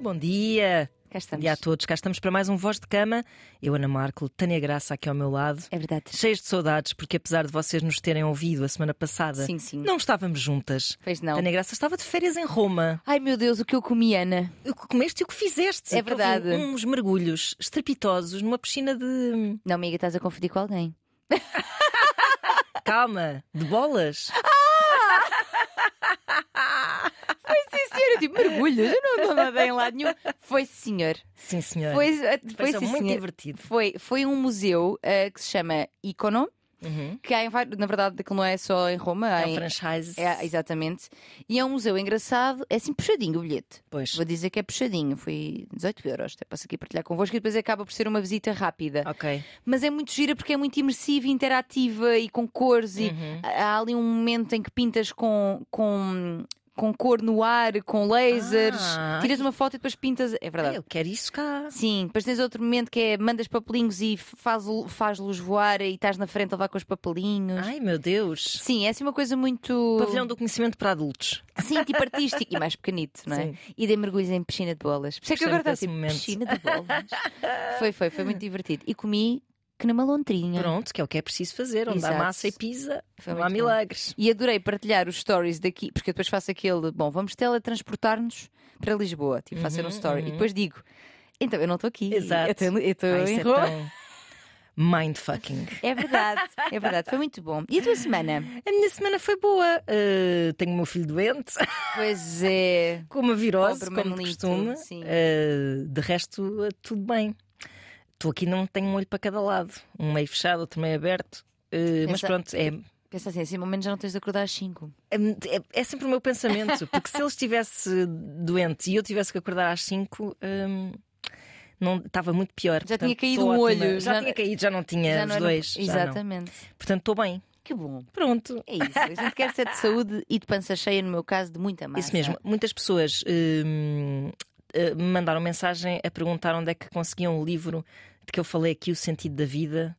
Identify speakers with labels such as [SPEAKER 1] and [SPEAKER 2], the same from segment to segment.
[SPEAKER 1] Bom dia!
[SPEAKER 2] Cá
[SPEAKER 1] Bom
[SPEAKER 2] estamos.
[SPEAKER 1] dia a todos. Cá estamos para mais um Voz de Cama. Eu, Ana Marco, Tânia Graça aqui ao meu lado.
[SPEAKER 2] É verdade.
[SPEAKER 1] Cheios de saudades, porque apesar de vocês nos terem ouvido a semana passada,
[SPEAKER 2] Sim, sim.
[SPEAKER 1] não estávamos juntas.
[SPEAKER 2] Pois não.
[SPEAKER 1] Tânia Graça estava de férias em Roma.
[SPEAKER 2] Ai meu Deus, o que eu comi, Ana?
[SPEAKER 1] O que comeste e o que fizeste.
[SPEAKER 2] É
[SPEAKER 1] Houve
[SPEAKER 2] verdade.
[SPEAKER 1] Uns mergulhos estrepitosos numa piscina de.
[SPEAKER 2] Não, amiga, estás a confundir com alguém.
[SPEAKER 1] Calma, de bolas.
[SPEAKER 2] Foi sim, senhor. Eu tipo, mergulhos. Eu não andava bem lá nenhum. Foi, senhor.
[SPEAKER 1] Sim, senhora.
[SPEAKER 2] Foi, eh, foi
[SPEAKER 1] Pareceu
[SPEAKER 2] sim,
[SPEAKER 1] muito
[SPEAKER 2] senhor.
[SPEAKER 1] divertido.
[SPEAKER 2] Foi, foi um museu eh, que se chama Icono,
[SPEAKER 1] Uhum.
[SPEAKER 2] que há em vários. Na verdade, aquilo não é só em Roma. há
[SPEAKER 1] É um
[SPEAKER 2] em-
[SPEAKER 1] franchise.
[SPEAKER 2] é, exatamente. E é um museu engraçado. É assim, puxadinho o bilhete.
[SPEAKER 1] Pois.
[SPEAKER 2] Vou dizer que é puxadinho. Foi 18 euros. Até posso aqui partilhar convosco e depois acaba por ser uma visita rápida.
[SPEAKER 1] Ok.
[SPEAKER 2] Mas é muito gira porque é muito imersiva, e interativa e com cores. E
[SPEAKER 1] Uhum.
[SPEAKER 2] há ali um momento em que pintas com, com, com cor no ar, com lasers,
[SPEAKER 1] Ah,
[SPEAKER 2] tiras uma foto e depois pintas. É
[SPEAKER 1] Ah,
[SPEAKER 2] verdade.
[SPEAKER 1] eu quero isso cá.
[SPEAKER 2] Sim, depois tens outro momento que é mandas papelinhos e faz, faz luz voar e estás na frente a levar com os papelinhos.
[SPEAKER 1] Ai, meu Deus.
[SPEAKER 2] Sim, é assim uma coisa muito.
[SPEAKER 1] Pavilhão do conhecimento para adultos.
[SPEAKER 2] Sim, tipo artístico e mais pequenito, não é?
[SPEAKER 1] Sim.
[SPEAKER 2] E dei mergulhos em piscina de bolas. Por isso é que
[SPEAKER 1] Gostei
[SPEAKER 2] agora está
[SPEAKER 1] muito desse
[SPEAKER 2] assim,
[SPEAKER 1] momento.
[SPEAKER 2] piscina de bolas. foi, foi, foi muito divertido. E comi que numa lontrinha.
[SPEAKER 1] Pronto, que é o que é preciso fazer. Onde há
[SPEAKER 2] Exato.
[SPEAKER 1] massa e pisa,
[SPEAKER 2] Foi
[SPEAKER 1] não há
[SPEAKER 2] muito bom.
[SPEAKER 1] milagres.
[SPEAKER 2] E adorei partilhar os stories daqui, porque eu depois faço aquele, bom, vamos teletransportar-nos para Lisboa, tipo, faço
[SPEAKER 1] Uhum,
[SPEAKER 2] um story.
[SPEAKER 1] uhum.
[SPEAKER 2] E depois digo, então eu não estou aqui.
[SPEAKER 1] Exato.
[SPEAKER 2] Eu estou- Eu estou
[SPEAKER 1] Ah,
[SPEAKER 2] em
[SPEAKER 1] isso é
[SPEAKER 2] Roma.
[SPEAKER 1] tão mindfucking.
[SPEAKER 2] É, verdade, é verdade, foi muito bom. E a tua semana?
[SPEAKER 1] A minha semana foi boa. Uh, tenho o meu filho doente,
[SPEAKER 2] Pois é.
[SPEAKER 1] com uma virose,
[SPEAKER 2] Pobre
[SPEAKER 1] como de
[SPEAKER 2] Manolito,
[SPEAKER 1] costume.
[SPEAKER 2] sim.
[SPEAKER 1] Uh, de resto, uh, tudo bem. Estou aqui, não tenho um olho para cada lado. Um meio fechado, outro meio aberto. Uh, mas
[SPEAKER 2] Pensa-
[SPEAKER 1] pronto, é,
[SPEAKER 2] Pensa assim, assim, ao menos já não tens de acordar às 5.
[SPEAKER 1] é, é- é sempre o meu pensamento. Porque se ele estivesse doente e eu tivesse que acordar às 5, não estava muito pior.
[SPEAKER 2] Já tinha caído
[SPEAKER 1] estou
[SPEAKER 2] um
[SPEAKER 1] ótima.
[SPEAKER 2] olho,
[SPEAKER 1] Já,
[SPEAKER 2] já-
[SPEAKER 1] tinha caído, já não tinha É, os dois. já não.
[SPEAKER 2] é Exatamente.
[SPEAKER 1] Portanto, estou bem.
[SPEAKER 2] Que bom.
[SPEAKER 1] Pronto.
[SPEAKER 2] É isso. A gente quer ser de saúde e de pança cheia, no meu caso, de muita massa.
[SPEAKER 1] Isso mesmo. Muitas pessoas hum, eh, me mandaram mensagem a perguntar onde é que conseguiam o livro de que eu falei aqui, O Sentido da Vida,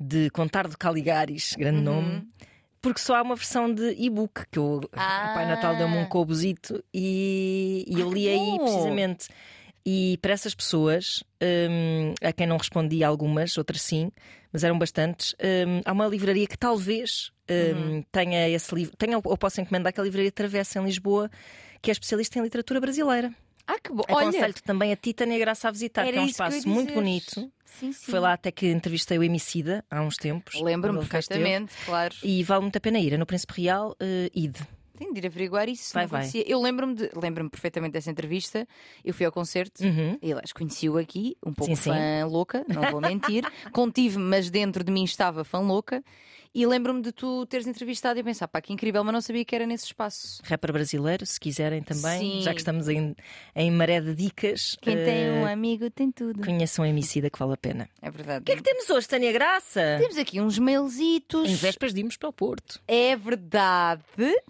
[SPEAKER 1] de Contar do Caligaris,
[SPEAKER 2] Uhum.
[SPEAKER 1] grande nome. Porque só há uma versão de e-book que eu,
[SPEAKER 2] Ah.
[SPEAKER 1] o Pai Natal deu-me um cobozito e, e eu
[SPEAKER 2] Ah,
[SPEAKER 1] li
[SPEAKER 2] que
[SPEAKER 1] aí
[SPEAKER 2] bom.
[SPEAKER 1] precisamente. E para essas pessoas, hum, a quem não respondi algumas, outras sim, mas eram bastantes, hum, há uma livraria que talvez hum,
[SPEAKER 2] Uhum.
[SPEAKER 1] tenha esse livro, tenha, ou possa encomendar que é a livraria Travessa em Lisboa, que é especialista em literatura brasileira.
[SPEAKER 2] Ah, que bom.
[SPEAKER 1] É
[SPEAKER 2] Olha,
[SPEAKER 1] Aconselho-te também a Titânia Graça a visitar,
[SPEAKER 2] era
[SPEAKER 1] que é um
[SPEAKER 2] isso que eu ia
[SPEAKER 1] espaço muito
[SPEAKER 2] dizer.
[SPEAKER 1] bonito.
[SPEAKER 2] Sim, sim.
[SPEAKER 1] Foi lá até que entrevistei o Emicida há uns tempos.
[SPEAKER 2] Lembro-me
[SPEAKER 1] quando ele cá esteve.
[SPEAKER 2] perfeitamente, claro.
[SPEAKER 1] E vale muito a pena ir. É no Príncipe Real, eh, id.
[SPEAKER 2] Tenho de ir averiguar isso.
[SPEAKER 1] Vai,
[SPEAKER 2] não
[SPEAKER 1] vai.
[SPEAKER 2] conhecia. Eu lembro-me de- lembro-me perfeitamente dessa entrevista. Eu fui ao concerto.
[SPEAKER 1] Uhum.
[SPEAKER 2] Aliás, conheci-o aqui, um pouco
[SPEAKER 1] Sim, sim.
[SPEAKER 2] fã louca, não vou mentir. Contive-me, mas dentro de mim estava fã louca. E lembro-me de tu teres entrevistado e eu pensar, pá, que incrível, mas não sabia que era nesse espaço.
[SPEAKER 1] Rapper brasileiro, se quiserem também,
[SPEAKER 2] Sim.
[SPEAKER 1] já que estamos em, em maré de dicas,
[SPEAKER 2] Quem
[SPEAKER 1] eh,
[SPEAKER 2] tem um amigo tem tudo.
[SPEAKER 1] conheçam a Emicida que vale a pena.
[SPEAKER 2] É verdade.
[SPEAKER 1] O que é que temos hoje, Tânia Graça?
[SPEAKER 2] Temos aqui uns mailzitos.
[SPEAKER 1] Em vésperas de irmos para o Porto.
[SPEAKER 2] É verdade.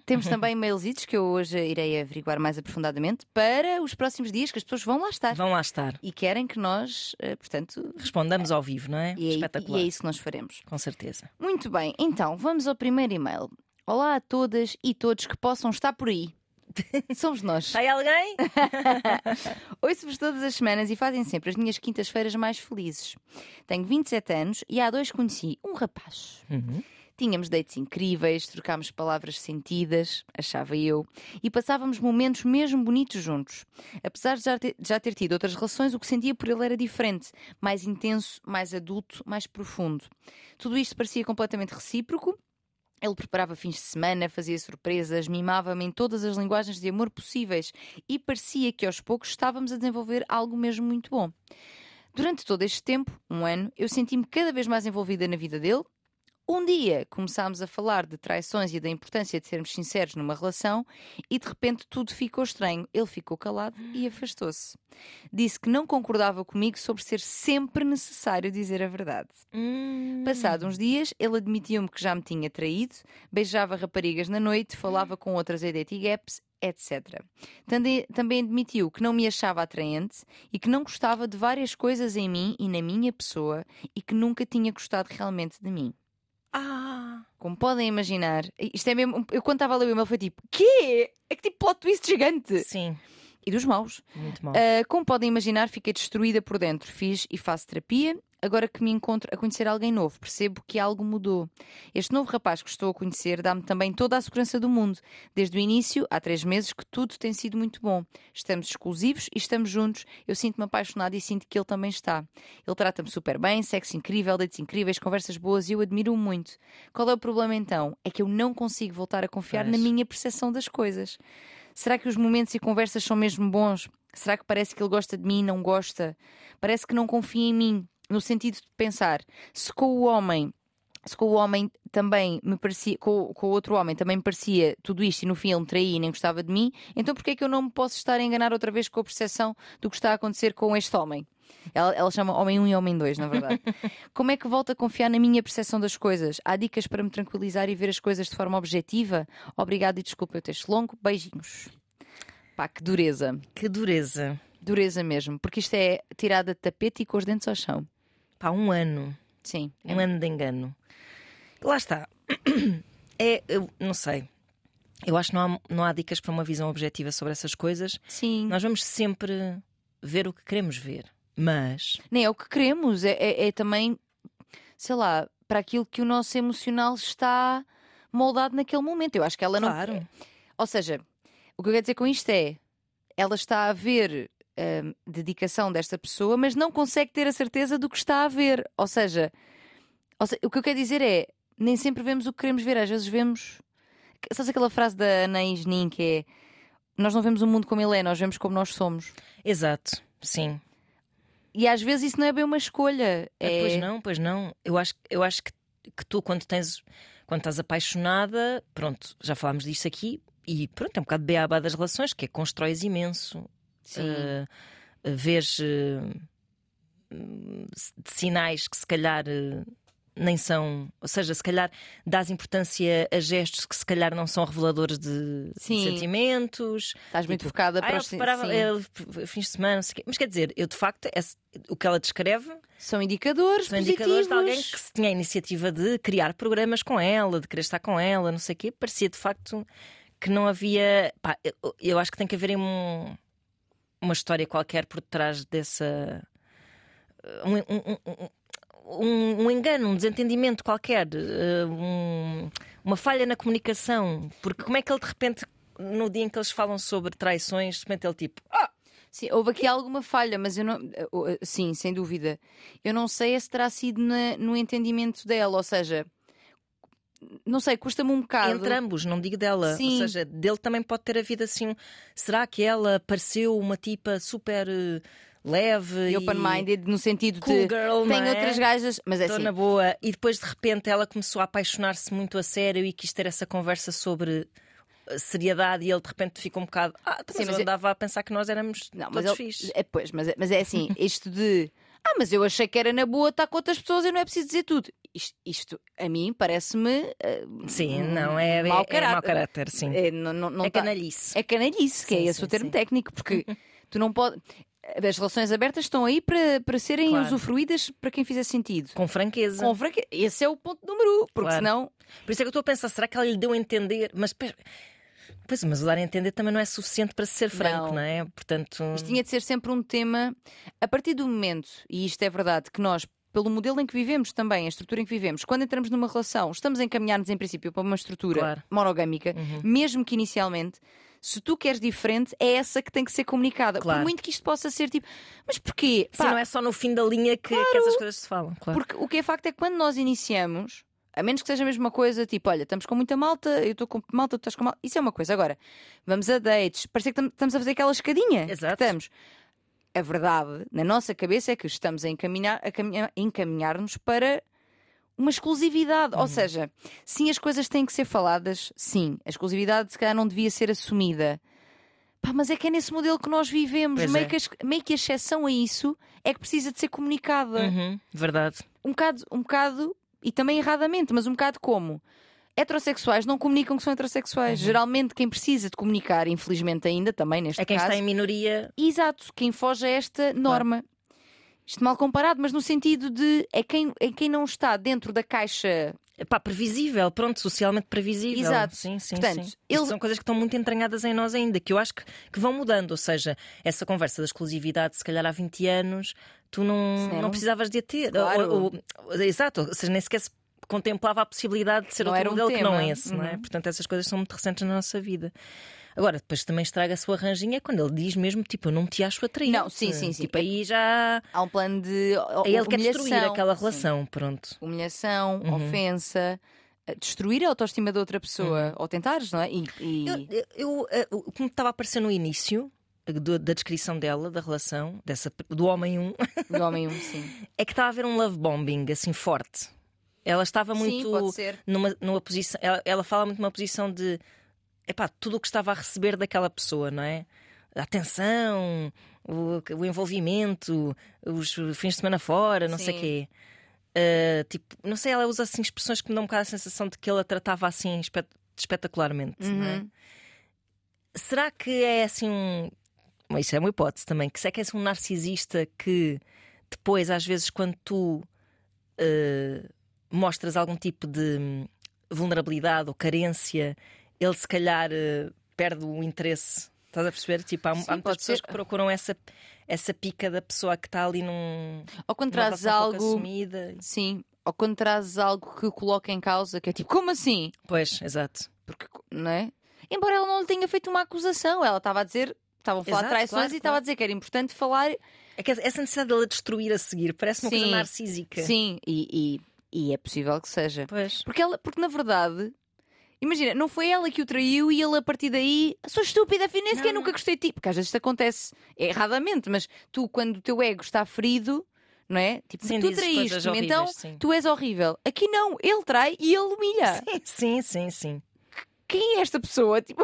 [SPEAKER 2] Temos também mailzitos que eu hoje irei averiguar mais aprofundadamente para os próximos dias que as pessoas vão lá estar.
[SPEAKER 1] Vão lá estar.
[SPEAKER 2] E querem que nós, eh, portanto,
[SPEAKER 1] Respondamos ao vivo, não é?
[SPEAKER 2] E é,
[SPEAKER 1] Espetacular.
[SPEAKER 2] e é isso que nós faremos.
[SPEAKER 1] Com certeza.
[SPEAKER 2] Muito bem, então vamos ao primeiro e-mail. Olá a todas e todos que possam estar por aí. Somos nós.
[SPEAKER 1] Sai alguém?
[SPEAKER 2] Ouço-vos todas as semanas e fazem sempre as minhas quintas-feiras mais felizes. Tenho 27 anos e há dois conheci um rapaz.
[SPEAKER 1] Uhum.
[SPEAKER 2] Tínhamos dates incríveis, trocámos palavras sentidas, achava eu, e passávamos momentos mesmo bonitos juntos. Apesar de já ter, já ter tido outras relações, o que sentia por ele era diferente, mais intenso, mais adulto, mais profundo. Tudo isto parecia completamente recíproco. Ele preparava fins de semana, fazia surpresas, mimava-me em todas as linguagens de amor possíveis e parecia que aos poucos estávamos a desenvolver algo mesmo muito bom. Durante todo este tempo, um ano, eu senti-me cada vez mais envolvida na vida dele. Um dia começámos a falar de traições e da importância de sermos sinceros numa relação e de repente tudo ficou estranho. Ele ficou calado e afastou-se. Disse que não concordava comigo sobre ser sempre necessário dizer a verdade.
[SPEAKER 1] Hum.
[SPEAKER 2] Passado uns dias, ele admitiu-me que já me tinha traído, beijava raparigas na noite, falava com outras em dating apps, etc. Tande- Também admitiu que não me achava atraente e que não gostava de várias coisas em mim e na minha pessoa e que nunca tinha gostado realmente de mim.
[SPEAKER 1] Ah,
[SPEAKER 2] Como podem imaginar, isto é mesmo. Eu quando estava a ler o e-mail foi tipo: Quê? É que tipo plot twist gigante!
[SPEAKER 1] Sim,
[SPEAKER 2] E dos maus.
[SPEAKER 1] muito mal.
[SPEAKER 2] Ah, como podem imaginar, fiquei destruída por dentro. Fiz e faço terapia. Agora que me encontro a conhecer alguém novo, percebo que algo mudou. Este novo rapaz que estou a conhecer dá-me também toda a segurança do mundo. Desde o início, há três meses, que tudo tem sido muito bom. Estamos exclusivos e estamos juntos. Eu sinto-me apaixonada e sinto que ele também está. Ele trata-me super bem, sexo incrível, dates incríveis, conversas boas e eu admiro-o muito. Qual é o problema então? É que eu não consigo voltar a confiar na
[SPEAKER 1] Pois.
[SPEAKER 2] minha percepção das coisas. Será que os momentos e conversas são mesmo bons? Será que parece que ele gosta de mim e não gosta? Parece que não confia em mim, no sentido de pensar, se com o homem, se com o homem também me parecia, com, com o outro homem também me parecia tudo isto e no fim ele me traía e nem gostava de mim, então porquê é que eu não me posso estar a enganar outra vez com a percepção do que está a acontecer com este homem? Ela, ela chama homem 1 e homem 2, na verdade. Como é que volto a confiar na minha percepção das coisas? Há dicas para me tranquilizar e ver as coisas de forma objetiva? Obrigado e desculpa eu texto longo. Beijinhos. Pá, que dureza.
[SPEAKER 1] Que dureza.
[SPEAKER 2] Dureza mesmo. Porque isto é tirada de tapete e com os dentes ao chão.
[SPEAKER 1] Pá, um ano.
[SPEAKER 2] Sim.
[SPEAKER 1] Um ano de engano. Lá está. É, eu não sei. Eu acho que não há, não há dicas para uma visão objetiva sobre essas coisas.
[SPEAKER 2] Sim.
[SPEAKER 1] Nós vamos sempre ver o que queremos ver. Mas
[SPEAKER 2] Nem é o que queremos. É, é- é também, sei lá, para aquilo que o nosso emocional está moldado naquele momento. Eu acho que ela não.
[SPEAKER 1] Claro.
[SPEAKER 2] Ou seja, o que eu quero dizer com isto é: ela está a ver hum, dedicação desta pessoa, mas não consegue ter a certeza do que está a ver. Ou seja, ou se- o que eu quero dizer é: nem sempre vemos o que queremos ver, às vezes vemos. Sabes aquela frase da Anaís Nin que é: Nós não vemos o mundo como ele é, nós vemos como nós somos.
[SPEAKER 1] Exato, sim.
[SPEAKER 2] E às vezes isso não é bem uma escolha.
[SPEAKER 1] Ah,
[SPEAKER 2] É...
[SPEAKER 1] Pois não, pois não. Eu acho, eu acho que, que tu, quando tens quando estás apaixonada, pronto, já falámos disto aqui, e pronto, é um bocado beabá das relações, que é constróis imenso.
[SPEAKER 2] Sim.
[SPEAKER 1] eh, vês eh, hum, s- sinais que se calhar eh, nem são, ou seja, se calhar dás importância a gestos que se calhar não são reveladores de, de
[SPEAKER 2] Sim.
[SPEAKER 1] sentimentos.
[SPEAKER 2] Estás muito
[SPEAKER 1] tipo,
[SPEAKER 2] focada
[SPEAKER 1] Ah,
[SPEAKER 2] para
[SPEAKER 1] ele
[SPEAKER 2] os sin-
[SPEAKER 1] preparava
[SPEAKER 2] sim.
[SPEAKER 1] ele, f- fins de semana, não sei o quê. mas quer dizer, eu de facto, esse- o que ela descreve
[SPEAKER 2] São indicadores
[SPEAKER 1] são
[SPEAKER 2] positivos.
[SPEAKER 1] indicadores de alguém que se tinha a iniciativa de criar programas com ela, de querer estar com ela, não sei o quê. Parecia de facto que não havia. pá, eu, eu acho que tem que haver um- uma história qualquer por trás dessa. Um, um- um- um- um engano, um desentendimento qualquer, eh, um- uma falha na comunicação. Porque como é que ele de repente, no dia em que eles falam sobre traições, de repente ele tipo. "Ah,
[SPEAKER 2] Sim, houve aqui alguma falha, mas eu não. eh, oh, eh, Sim, sem dúvida. Eu não sei é se terá sido na- no entendimento dela, ou seja, não sei, custa-me um bocado.
[SPEAKER 1] Entre ambos, não digo dela.
[SPEAKER 2] Sim.
[SPEAKER 1] Ou seja, dele também pode ter havido assim. um- Será que ela pareceu uma tipa super eh, leve
[SPEAKER 2] E open-minded, no sentido
[SPEAKER 1] cool
[SPEAKER 2] de.
[SPEAKER 1] girl,
[SPEAKER 2] tem
[SPEAKER 1] não é?
[SPEAKER 2] outras gajas, mas é
[SPEAKER 1] Estou
[SPEAKER 2] assim.
[SPEAKER 1] na boa. E depois de repente ela começou a apaixonar-se muito a sério e quis ter essa conversa sobre eh, seriedade e ele de repente ficou um bocado. Ah, mas
[SPEAKER 2] Sim,
[SPEAKER 1] eu
[SPEAKER 2] mas eu-
[SPEAKER 1] andava a pensar que nós éramos
[SPEAKER 2] Não, mas
[SPEAKER 1] todos
[SPEAKER 2] ele-
[SPEAKER 1] fixes.
[SPEAKER 2] é, pois, mas, é- mas é assim, isto de. Ah, mas eu achei que era na boa estar com outras pessoas e não é preciso dizer tudo. Isto, isto, a mim, parece-me. eh,
[SPEAKER 1] Sim, não é, é,
[SPEAKER 2] mau
[SPEAKER 1] é mau
[SPEAKER 2] caráter.
[SPEAKER 1] caráter, sim.
[SPEAKER 2] eh, não, não, não
[SPEAKER 1] é
[SPEAKER 2] tá-
[SPEAKER 1] canalhice.
[SPEAKER 2] É canalhice, que é
[SPEAKER 1] Sim,
[SPEAKER 2] esse
[SPEAKER 1] sim,
[SPEAKER 2] o termo
[SPEAKER 1] sim.
[SPEAKER 2] técnico, porque tu não podes. As relações abertas estão aí para, para serem
[SPEAKER 1] Claro.
[SPEAKER 2] usufruídas para quem fizer sentido.
[SPEAKER 1] Com franqueza.
[SPEAKER 2] Com franque- Esse é o ponto número um, porque
[SPEAKER 1] Claro.
[SPEAKER 2] senão.
[SPEAKER 1] Por isso é que eu estou a pensar, será que ela lhe deu a entender? Mas espera- pois, mas o dar a entender também não é suficiente para ser franco,
[SPEAKER 2] Não.
[SPEAKER 1] não, é? Portanto,
[SPEAKER 2] Isto tinha de ser sempre um tema. A partir do momento, e isto é verdade, que nós, pelo modelo em que vivemos também, a estrutura em que vivemos, quando entramos numa relação, estamos a encaminhar-nos em princípio para uma estrutura
[SPEAKER 1] Claro.
[SPEAKER 2] monogâmica, mesmo que inicialmente. Se tu queres diferente, é essa que tem que ser comunicada.
[SPEAKER 1] Claro.
[SPEAKER 2] Por muito que isto possa ser tipo, mas porquê?
[SPEAKER 1] sim,
[SPEAKER 2] Pá,
[SPEAKER 1] não é só no fim da linha que, que essas coisas se falam, claro.
[SPEAKER 2] Porque o que é facto é que quando nós iniciamos, a menos que seja a mesma coisa, tipo, olha, estamos com muita malta, eu estou com malta, tu estás com malta, isso é uma coisa. Agora, vamos a dates, parece que tam- estamos a fazer aquela escadinha. que
[SPEAKER 1] Exato.
[SPEAKER 2] Estamos. A verdade, na nossa cabeça, é que estamos a encaminhar- a caminha- a encaminhar-nos para uma exclusividade.
[SPEAKER 1] Uhum.
[SPEAKER 2] Ou seja, sim, as coisas têm que ser faladas, sim. A exclusividade, se calhar, não devia ser assumida. Pá, mas é que é nesse modelo que nós vivemos.
[SPEAKER 1] Pois
[SPEAKER 2] Meio,
[SPEAKER 1] é.
[SPEAKER 2] que a, ex- meio que a exceção a isso é que precisa de ser comunicada
[SPEAKER 1] Uhum, verdade.
[SPEAKER 2] um bocado, um bocado, e também erradamente, mas um bocado como heterossexuais não comunicam que são heterossexuais. Geralmente quem precisa de comunicar, infelizmente ainda também neste
[SPEAKER 1] Uhum. É quem
[SPEAKER 2] caso,
[SPEAKER 1] está em minoria.
[SPEAKER 2] exato, quem foge a esta norma. Isto mal comparado, mas no sentido de é quem, é quem não está dentro da caixa
[SPEAKER 1] Pá, previsível, pronto, socialmente previsível.
[SPEAKER 2] Exato.
[SPEAKER 1] Sim, sim,
[SPEAKER 2] Portanto,
[SPEAKER 1] sim.
[SPEAKER 2] ele-
[SPEAKER 1] Isto São coisas que estão muito entranhadas em nós ainda, que eu acho que, que vão mudando. Ou seja, essa conversa da exclusividade, se calhar há 20 anos, tu não,
[SPEAKER 2] Sim, era um-
[SPEAKER 1] não precisavas de a ter.
[SPEAKER 2] Claro.
[SPEAKER 1] Ou- ou- ou- exato, ou seja, nem sequer se contemplava a possibilidade de ser
[SPEAKER 2] Não era
[SPEAKER 1] outro
[SPEAKER 2] um
[SPEAKER 1] modelo que não
[SPEAKER 2] tema.
[SPEAKER 1] é esse, não é?
[SPEAKER 2] Uhum.
[SPEAKER 1] Portanto, essas coisas são muito recentes na nossa vida. Agora, depois também estraga-se o arranjinho é quando ele diz mesmo, tipo, eu não te acho atraído.
[SPEAKER 2] Não, sim, sim, sim.
[SPEAKER 1] Tipo, aí já.
[SPEAKER 2] Há um plano de. o-
[SPEAKER 1] Aí É ele quer destruir
[SPEAKER 2] humilhação.
[SPEAKER 1] aquela
[SPEAKER 2] Sim.
[SPEAKER 1] relação, pronto.
[SPEAKER 2] Humilhação,
[SPEAKER 1] Uhum.
[SPEAKER 2] ofensa, eh, destruir a autoestima da outra pessoa, ou tentares, não é? E, e-
[SPEAKER 1] Uhum. Eu, eu- eu, eh, o que me estava a aparecer no início eh, do- da descrição dela, da relação, dessa, do homem um,
[SPEAKER 2] do homem um, sim.
[SPEAKER 1] é que estava a haver um love bombing assim forte. Ela estava
[SPEAKER 2] Sim, pode
[SPEAKER 1] muito
[SPEAKER 2] ser.
[SPEAKER 1] numa, numa posição. Ela, ela fala muito numa posição de epá, tudo o que estava a receber daquela pessoa, não é? A atenção, o, o envolvimento, os fins de semana fora, não sei
[SPEAKER 2] Sim.
[SPEAKER 1] o quê. Eh, tipo, não sei, ela usa assim expressões que me dão um bocado a sensação de que ela tratava assim espe- espetacularmente, não é?
[SPEAKER 2] Uhum.
[SPEAKER 1] Será que é assim um. Bom, Isso é uma hipótese também. Que será que é assim um narcisista que depois, às vezes, quando tu eh, mostras algum tipo de hum, vulnerabilidade ou carência, ele se calhar eh, perde o interesse? Estás a perceber? Tipo, há,
[SPEAKER 2] Sim,
[SPEAKER 1] há muitas
[SPEAKER 2] pode
[SPEAKER 1] pessoas
[SPEAKER 2] ser.
[SPEAKER 1] que procuram essa, essa pica da pessoa que está ali num.
[SPEAKER 2] Ou quando
[SPEAKER 1] numa
[SPEAKER 2] trazes
[SPEAKER 1] relação um pouco
[SPEAKER 2] algo.
[SPEAKER 1] Assumida.
[SPEAKER 2] Sim. Ou quando trazes algo que o coloca em causa, que é tipo, como assim?
[SPEAKER 1] Pois, exato.
[SPEAKER 2] Porque, não é? Embora ela não lhe tenha feito uma acusação, ela estava a dizer. Estavam a falar de
[SPEAKER 1] Exato,
[SPEAKER 2] traições
[SPEAKER 1] claro,
[SPEAKER 2] e estava a
[SPEAKER 1] claro.
[SPEAKER 2] dizer que era importante falar
[SPEAKER 1] É que essa necessidade dela destruir a seguir parece uma
[SPEAKER 2] Sim.
[SPEAKER 1] coisa narcísica.
[SPEAKER 2] Sim, e, e- e é possível que seja.
[SPEAKER 1] Pois.
[SPEAKER 2] Porque, ela, porque na verdade, imagina, não foi ela que o traiu e ele a partir daí, sou estúpida, afinal, nem sequer
[SPEAKER 1] Não,
[SPEAKER 2] nunca gostei de ti. Porque às vezes isto acontece erradamente, mas tu, quando o teu ego está ferido, não é? Tipo,
[SPEAKER 1] Sim,
[SPEAKER 2] tu
[SPEAKER 1] dizes coisas
[SPEAKER 2] traíste-me,
[SPEAKER 1] horríveis,
[SPEAKER 2] então
[SPEAKER 1] sim.
[SPEAKER 2] tu és horrível. Aqui não, ele trai e ele humilha.
[SPEAKER 1] Sim, sim, sim.
[SPEAKER 2] Quem é esta pessoa? Tipo,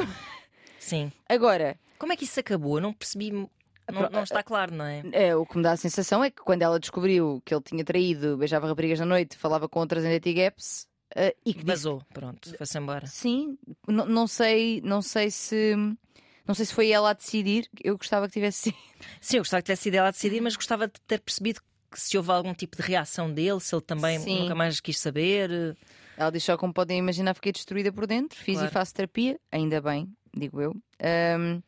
[SPEAKER 1] Sim.
[SPEAKER 2] agora,
[SPEAKER 1] Como é que isso acabou? Eu não percebi. Não,
[SPEAKER 2] Pro-
[SPEAKER 1] não está claro, não é?
[SPEAKER 2] É, o que me dá a sensação é que quando ela descobriu que ele tinha traído, beijava raparigas na noite, falava com outras em dating apps eh, e que disse
[SPEAKER 1] Vazou, pronto, foi-se embora.
[SPEAKER 2] Sim, n- não sei, não sei se não sei se foi ela a decidir. Eu gostava que tivesse sido.
[SPEAKER 1] Sim, eu gostava que tivesse sido ela a decidir, mas gostava de ter percebido que se houve algum tipo de reação dele, se ele também
[SPEAKER 2] Sim.
[SPEAKER 1] nunca mais quis saber.
[SPEAKER 2] Ela diz só como podem imaginar, fiquei destruída por dentro, fiz e
[SPEAKER 1] Claro.
[SPEAKER 2] faço terapia, ainda bem, digo eu. Ahm,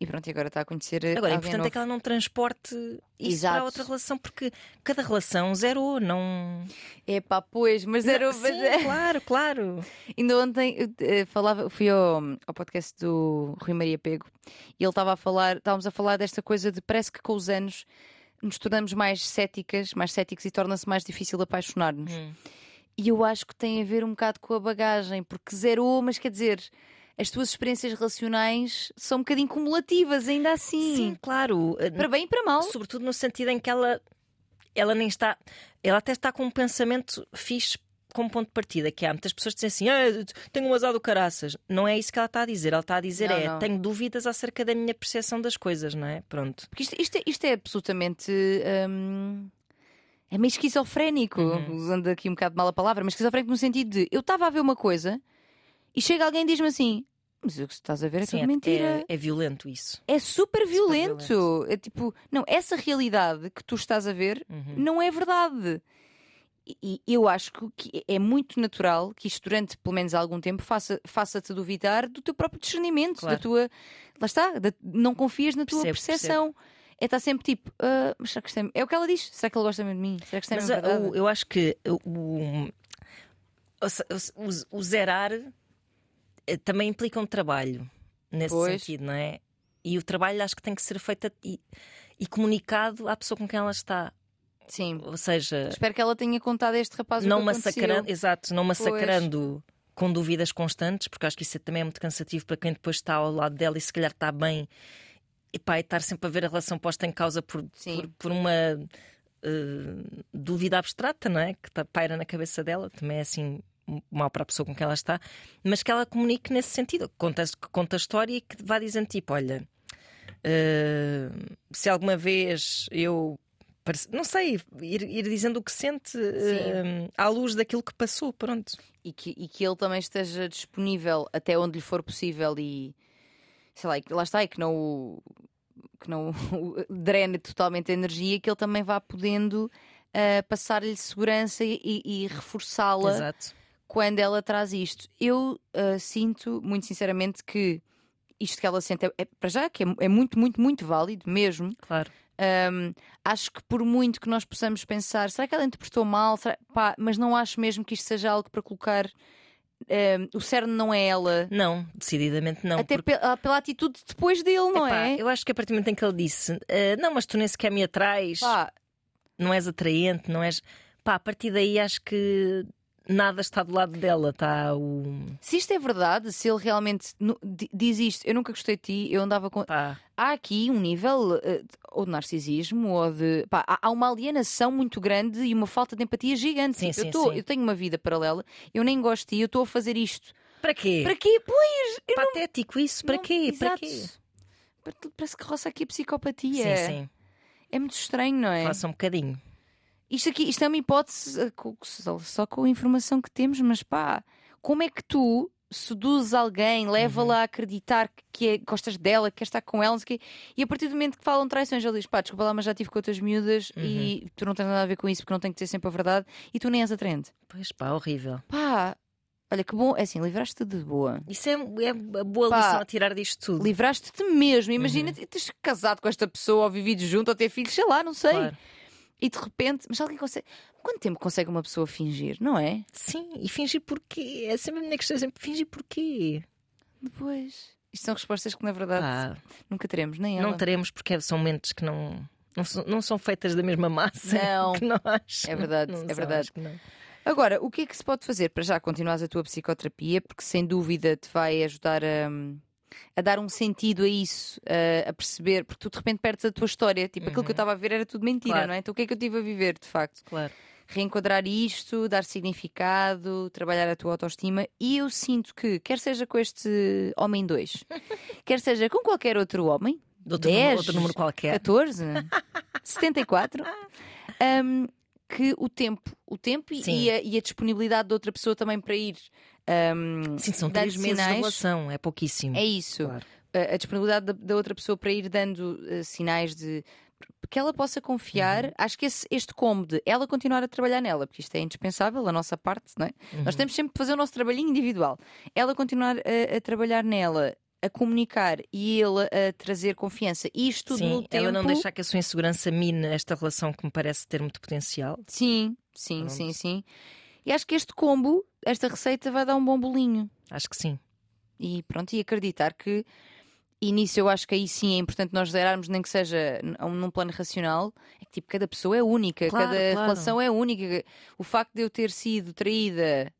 [SPEAKER 2] e pronto, e agora está a conhecer.
[SPEAKER 1] Agora, o
[SPEAKER 2] alguém
[SPEAKER 1] importante
[SPEAKER 2] novo.
[SPEAKER 1] é que ela não transporte isso
[SPEAKER 2] Exato.
[SPEAKER 1] para outra relação, porque cada relação zerou, não.
[SPEAKER 2] Epá, pois, mas era
[SPEAKER 1] Sim,
[SPEAKER 2] mas é-
[SPEAKER 1] claro, claro.
[SPEAKER 2] Ainda ontem eu eh, falava, fui ao, ao podcast do Rui Maria Pego e ele estava a falar, estávamos a falar desta coisa de parece que com os anos nos tornamos mais céticas, mais céticos e torna-se mais difícil apaixonar-nos.
[SPEAKER 1] Hum.
[SPEAKER 2] E eu acho que tem a ver um bocado com a bagagem, porque zerou, mas quer dizer, as tuas experiências relacionais são um bocadinho cumulativas, ainda assim.
[SPEAKER 1] Sim, claro.
[SPEAKER 2] Para bem e para mal.
[SPEAKER 1] Sobretudo no sentido em que ela, ela nem está. Ela até está com um pensamento fixe como ponto de partida, que há muitas pessoas que dizem assim: "Ah, eu tenho um azar do caraças. Não é isso que ela está a dizer. Ela está a dizer
[SPEAKER 2] Não,
[SPEAKER 1] é:
[SPEAKER 2] não.
[SPEAKER 1] tenho dúvidas acerca da minha percepção das coisas, não é? Pronto.
[SPEAKER 2] Porque isto, isto é- isto é absolutamente. hum, é meio esquizofrénico,
[SPEAKER 1] Uhum.
[SPEAKER 2] usando aqui um bocado mal a palavra, mas esquizofrénico no sentido de eu estava a ver uma coisa e chega alguém e diz-me assim: Mas o que estás a ver é
[SPEAKER 1] Sim,
[SPEAKER 2] tudo mentira.
[SPEAKER 1] É, é violento isso.
[SPEAKER 2] É, super violento.
[SPEAKER 1] violento.
[SPEAKER 2] É tipo, não, essa realidade que tu estás a ver
[SPEAKER 1] Uhum.
[SPEAKER 2] não é verdade. E e eu acho que o que é muito natural que isto, durante pelo menos algum tempo, faça- faça-te duvidar do teu próprio discernimento, da
[SPEAKER 1] Claro.
[SPEAKER 2] tua. Lá está, da- não confias na tua
[SPEAKER 1] Percebo,
[SPEAKER 2] percepção. É estar sempre tipo, ah, mas será que isto é. É o que ela diz, será que ele gosta mesmo de mim? Será que isto é
[SPEAKER 1] Mas
[SPEAKER 2] mesmo
[SPEAKER 1] ah,
[SPEAKER 2] verdade?
[SPEAKER 1] o- eu acho que ah, o- o, o se- o se- o, o zerar eh, também implica um trabalho nesse
[SPEAKER 2] Pois.
[SPEAKER 1] sentido, não é? E o trabalho acho que tem que ser feito a- e, e comunicado à pessoa com quem ela está.
[SPEAKER 2] Sim.
[SPEAKER 1] Ou seja,
[SPEAKER 2] Espero que ela tenha contado a este rapaz o
[SPEAKER 1] não
[SPEAKER 2] que aconteceu.
[SPEAKER 1] massacrando, exato, não
[SPEAKER 2] Pois.
[SPEAKER 1] massacrando com dúvidas constantes, porque acho que isso também é muito cansativo para quem depois está ao lado dela e se calhar está bem. E pá, e estar sempre a ver a relação posta em causa por,
[SPEAKER 2] Sim.
[SPEAKER 1] por, por uma eh, dúvida abstrata, não é? Que tá- paira na cabeça dela, também é assim m- mal para a pessoa com quem ela está, mas que ela comunique nesse sentido, que conta, que conta a história e que vá dizendo tipo: olha, eh, se alguma vez eu. parece- Não sei, ir, ir dizendo o que sente eh, à luz daquilo que passou, pronto.
[SPEAKER 2] e que, e que ele também esteja disponível até onde lhe for possível e sei lá, e que- lá está, e que não o que não o drene totalmente a energia, que ele também vá podendo ah, passar-lhe segurança e, e reforçá-la
[SPEAKER 1] Exato.
[SPEAKER 2] quando ela traz isto. Eu ah, sinto, muito sinceramente, que isto que ela sente é, é- para já, que é, é muito, muito, muito válido mesmo.
[SPEAKER 1] Claro.
[SPEAKER 2] Ahm, acho que por muito que nós possamos pensar, será que ela interpretou mal? Será- pá, mas não acho mesmo que isto seja algo para colocar. ahm, o cerne não é ela.
[SPEAKER 1] Não, decididamente não.
[SPEAKER 2] Até
[SPEAKER 1] porque-
[SPEAKER 2] pe- ah, pela, atitude depois dele, não
[SPEAKER 1] Epá,
[SPEAKER 2] é?
[SPEAKER 1] Eu acho que a partir do momento em que ele disse, "Ah, não, mas tu nem sequer me atrais,
[SPEAKER 2] Pá,
[SPEAKER 1] não és atraente, não és. Pá, a partir daí acho que nada está do lado dela, está o.
[SPEAKER 2] se isto é verdade, se ele realmente nu- di- diz isto, eu nunca gostei de ti, eu andava com.
[SPEAKER 1] Pá,
[SPEAKER 2] Há aqui um nível eh, ou de narcisismo ou de. Pá, há há uma alienação muito grande e uma falta de empatia gigante.
[SPEAKER 1] Sim,
[SPEAKER 2] Tipo,
[SPEAKER 1] sim,
[SPEAKER 2] eu, tô-
[SPEAKER 1] sim.
[SPEAKER 2] eu tenho uma vida paralela, eu nem gosto de ti, eu estou a fazer isto.
[SPEAKER 1] para quê?
[SPEAKER 2] Para quê? Pois!
[SPEAKER 1] Patético isso, para
[SPEAKER 2] Não-
[SPEAKER 1] quê? Para
[SPEAKER 2] Exato.
[SPEAKER 1] quê?
[SPEAKER 2] Par- Parece que roça aqui a psicopatia.
[SPEAKER 1] Sim, sim,
[SPEAKER 2] É muito estranho, não é?
[SPEAKER 1] faça um bocadinho.
[SPEAKER 2] Isto aqui, isto é uma hipótese eh, co- só- só com a informação que temos, mas pá, como é que tu seduzes alguém, leva-la
[SPEAKER 1] Uhum.
[SPEAKER 2] a acreditar que- que é- gostas dela, que queres estar com ela, não sei o quê, e a partir do momento que falam traições, ele diz, pá, desculpa lá, mas já tive com outras miúdas
[SPEAKER 1] Uhum.
[SPEAKER 2] e tu não tens nada a ver com isso porque não tem que ter sempre a verdade e tu nem és atraente.
[SPEAKER 1] Pois pá, horrível.
[SPEAKER 2] Pá, olha que bom, é assim, livraste-te de boa.
[SPEAKER 1] Isso é, é a boa
[SPEAKER 2] Pá.
[SPEAKER 1] lição a tirar disto tudo.
[SPEAKER 2] Livraste-te mesmo, imagina
[SPEAKER 1] Uhum.
[SPEAKER 2] teres casado com esta pessoa ou vivido junto ou ter filhos, sei lá, não sei.
[SPEAKER 1] Claro.
[SPEAKER 2] E de repente, mas alguém consegue. Quanto tempo consegue uma pessoa fingir, não é?
[SPEAKER 1] Sim, e fingir porquê? É sempre a minha questão, é sempre fingir porquê?
[SPEAKER 2] Depois. Isto são respostas que, na verdade,
[SPEAKER 1] Pá,
[SPEAKER 2] nunca teremos, nem ela.
[SPEAKER 1] Ah. não teremos porque é, são mentes que não, não, são, não são feitas da mesma massa
[SPEAKER 2] Não.
[SPEAKER 1] que nós.
[SPEAKER 2] É verdade,
[SPEAKER 1] Não
[SPEAKER 2] é
[SPEAKER 1] são,
[SPEAKER 2] verdade.
[SPEAKER 1] acho que não.
[SPEAKER 2] Agora, o que é que se pode fazer para já continuares a tua psicoterapia? Porque sem dúvida te vai ajudar a, a dar um sentido a isso, a, a perceber, porque tu de repente perdes a tua história. Tipo, aquilo que eu estava a ver era tudo mentira,
[SPEAKER 1] Uhum. Claro.
[SPEAKER 2] não é? Então o que é que eu tive a viver, de facto?
[SPEAKER 1] Claro.
[SPEAKER 2] Reenquadrar isto, dar significado, trabalhar a tua autoestima. E eu sinto que, quer seja com este homem 2, quer seja com qualquer outro homem,
[SPEAKER 1] De outro,
[SPEAKER 2] Dez,
[SPEAKER 1] número, outro número qualquer.
[SPEAKER 2] 14, 74, hum, que o tempo, o tempo e-
[SPEAKER 1] Sim.
[SPEAKER 2] e a, e a disponibilidade de outra pessoa também para ir. hum,
[SPEAKER 1] Sim, são
[SPEAKER 2] dando
[SPEAKER 1] três meses de
[SPEAKER 2] sinais.
[SPEAKER 1] relação, é pouquíssimo.
[SPEAKER 2] É isso.
[SPEAKER 1] Claro.
[SPEAKER 2] A, a disponibilidade da, da outra pessoa para ir dando eh, sinais de. Que ela possa confiar,
[SPEAKER 1] Uhum.
[SPEAKER 2] acho que esse- este combo de ela continuar a trabalhar nela, porque isto é indispensável, a nossa parte, não é?
[SPEAKER 1] Uhum.
[SPEAKER 2] Nós temos sempre que fazer o nosso trabalhinho individual. Ela continuar a, a trabalhar nela, a comunicar e ele a trazer confiança. Isto tudo
[SPEAKER 1] Sim,
[SPEAKER 2] no tempo.
[SPEAKER 1] ela não deixar que a sua insegurança mine esta relação que me parece ter muito potencial.
[SPEAKER 2] Sim, sim,
[SPEAKER 1] Pronto.
[SPEAKER 2] sim, sim. E acho que este combo, esta receita, vai dar um bom bolinho.
[SPEAKER 1] Acho que sim.
[SPEAKER 2] E pronto, e acreditar que. E nisso eu acho que aí sim é importante nós zerarmos, nem que seja n- um, num plano racional, é que tipo, cada pessoa é única,
[SPEAKER 1] Claro,
[SPEAKER 2] cada
[SPEAKER 1] claro.
[SPEAKER 2] relação é única. O facto de eu ter sido traída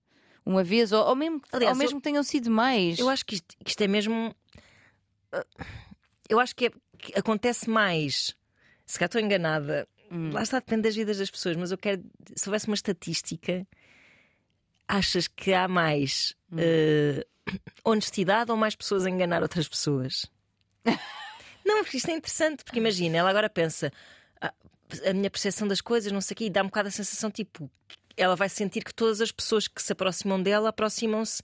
[SPEAKER 2] uma vez, ou, ou mesmo,
[SPEAKER 1] Aliás,
[SPEAKER 2] ou mesmo que tenham sido mais.
[SPEAKER 1] Eu acho que isto, que isto é mesmo. ah, Eu acho que, é- que acontece mais. Se cá estou enganada,
[SPEAKER 2] Hum.
[SPEAKER 1] lá está, depende das vidas das pessoas, mas eu quero. Se houvesse uma estatística, achas que há mais eh, honestidade ou mais pessoas a enganar outras pessoas? não, porque isto é interessante, porque imagina, ela agora pensa. "Ah, A minha percepção das coisas, não sei o quê, e dá um bocado a sensação tipo. Ela vai sentir que todas as pessoas que se aproximam dela aproximam-se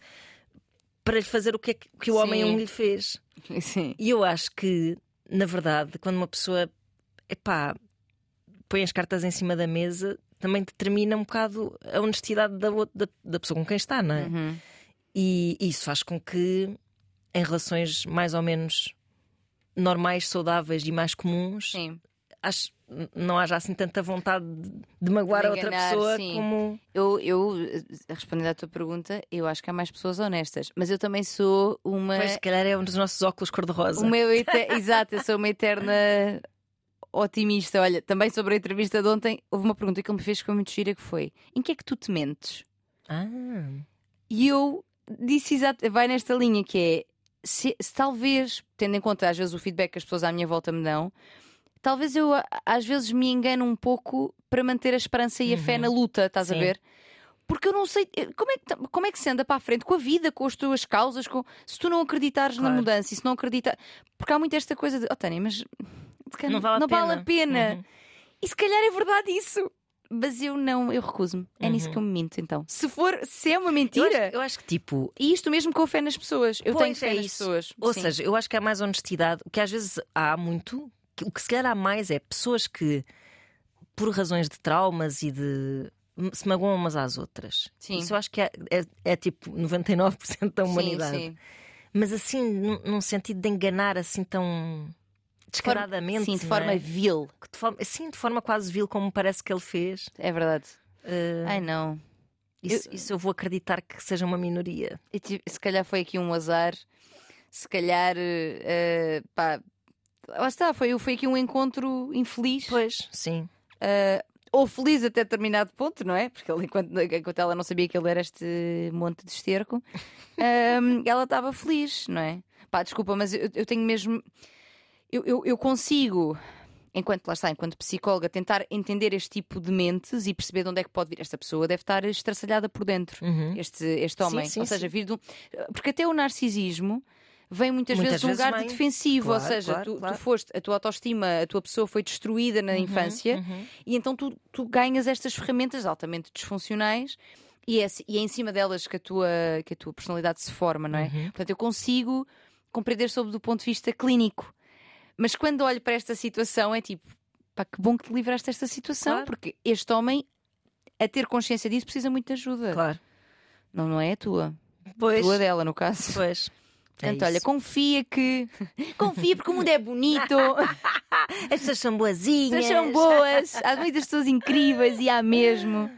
[SPEAKER 1] para lhe fazer o que, é que, que o homem
[SPEAKER 2] Sim.
[SPEAKER 1] um lhe fez.
[SPEAKER 2] Sim.
[SPEAKER 1] E eu acho que, na verdade, quando uma pessoa epá, põe as cartas em cima da mesa, também determina um bocado a honestidade da, outra- da, da pessoa com quem está, não é?
[SPEAKER 2] Uhum.
[SPEAKER 1] E isso faz com que, em relações mais ou menos normais, saudáveis e mais comuns,
[SPEAKER 2] Sim.
[SPEAKER 1] acho- não haja assim tanta vontade de, de magoar
[SPEAKER 2] De
[SPEAKER 1] a outra
[SPEAKER 2] enganar,
[SPEAKER 1] pessoa
[SPEAKER 2] sim.
[SPEAKER 1] como.
[SPEAKER 2] Eu, eu, eh, respondendo à tua pergunta, eu acho que há mais pessoas honestas, mas eu também sou uma.
[SPEAKER 1] Pois, se calhar é um dos nossos óculos cor-de-rosa.
[SPEAKER 2] O meu ete- Exato, eu sou uma eterna otimista. Olha, também sobre a entrevista de ontem, houve uma pergunta que ele me fez que foi muito gira que foi: em que é que tu te mentes?
[SPEAKER 1] Ah.
[SPEAKER 2] E eu disse exato, vai nesta linha que é se, se talvez, tendo em conta às vezes o feedback que as pessoas à minha volta me dão, talvez eu a- às vezes me engano um pouco para manter a esperança e a fé na luta, estás a
[SPEAKER 1] Uhum. Sim.
[SPEAKER 2] ver? Porque eu não sei eh, como é, que, ta- como é que se anda para a frente com a vida, com as tuas causas, com, se tu não acreditares
[SPEAKER 1] Claro.
[SPEAKER 2] na mudança e se não acreditar. Porque há muito esta coisa de, oh Tânia, mas se calhar
[SPEAKER 1] Não vale a Uhum.
[SPEAKER 2] a pena. E se calhar é verdade isso. Mas eu não, eu recuso-me. É nisso que eu me minto, então. Se for, se é uma
[SPEAKER 1] Uhum. Eu
[SPEAKER 2] mentira.
[SPEAKER 1] acho- eu acho que tipo,
[SPEAKER 2] E isto mesmo com a fé nas pessoas. Eu
[SPEAKER 1] Pois,
[SPEAKER 2] tenho fé
[SPEAKER 1] é
[SPEAKER 2] nas
[SPEAKER 1] isso.
[SPEAKER 2] pessoas.
[SPEAKER 1] Ou
[SPEAKER 2] Sim.
[SPEAKER 1] seja, eu acho que há mais honestidade, o que às vezes há muito, que- o que se calhar há mais é pessoas que, por razões de traumas e de. se magoam umas às outras.
[SPEAKER 2] Sim.
[SPEAKER 1] Isso eu acho que é, é- é tipo 99% da humanidade.
[SPEAKER 2] Sim, sim.
[SPEAKER 1] Mas assim, num, num sentido de enganar assim tão. descaradamente.
[SPEAKER 2] Sim, de
[SPEAKER 1] não é?
[SPEAKER 2] forma vil.
[SPEAKER 1] Que de forma- sim, de forma quase vil, como parece que ele fez.
[SPEAKER 2] É verdade.
[SPEAKER 1] Eh,
[SPEAKER 2] Ai não.
[SPEAKER 1] isso, isso eu vou acreditar que seja uma minoria.
[SPEAKER 2] Eu tive- se calhar foi aqui um azar, se calhar, eh, eh, pá, lá está, foi, foi aqui um encontro infeliz,
[SPEAKER 1] Pois, sim.
[SPEAKER 2] eh, ou feliz até determinado ponto, não é? Porque ele, enquanto, enquanto ela não sabia que ele era este monte de esterco, ehm, ela estava feliz, não é? Pá, desculpa, mas eu, eu tenho mesmo. Eu, eu, eu consigo. Enquanto, lá está, enquanto psicóloga, tentar entender este tipo de mentes e perceber de onde é que pode vir. Esta pessoa deve estar estraçalhada por dentro
[SPEAKER 1] Uhum.
[SPEAKER 2] este, este homem.
[SPEAKER 1] sim,
[SPEAKER 2] ou
[SPEAKER 1] sim.
[SPEAKER 2] seja, vir de um... Porque até o narcisismo vem muitas,
[SPEAKER 1] Muitas
[SPEAKER 2] vezes de um
[SPEAKER 1] vezes
[SPEAKER 2] lugar
[SPEAKER 1] vem.
[SPEAKER 2] de defensivo.
[SPEAKER 1] Claro,
[SPEAKER 2] ou seja,
[SPEAKER 1] claro,
[SPEAKER 2] tu,
[SPEAKER 1] claro.
[SPEAKER 2] tu foste, a tua autoestima, a tua pessoa foi destruída na infância
[SPEAKER 1] uhum.
[SPEAKER 2] e então tu, tu ganhas estas ferramentas altamente disfuncionais. E é, assim- e é em cima delas que a, tua, que a tua personalidade se forma,
[SPEAKER 1] Uhum.
[SPEAKER 2] não é? Portanto, eu consigo compreender sob do ponto de vista clínico. Mas quando olho para esta situação, é tipo, pá, que bom que te livraste desta situação,
[SPEAKER 1] Claro.
[SPEAKER 2] porque este homem, a ter consciência disso, precisa muito de ajuda.
[SPEAKER 1] Claro.
[SPEAKER 2] Não, não é a tua.
[SPEAKER 1] Pois.
[SPEAKER 2] Tua dela, no caso.
[SPEAKER 1] Pois. É
[SPEAKER 2] Portanto, olha,
[SPEAKER 1] isso.
[SPEAKER 2] confia que. Confia porque o mundo é bonito,
[SPEAKER 1] Essas são boazinhas.
[SPEAKER 2] pessoas são boas, há muitas pessoas incríveis e há mesmo.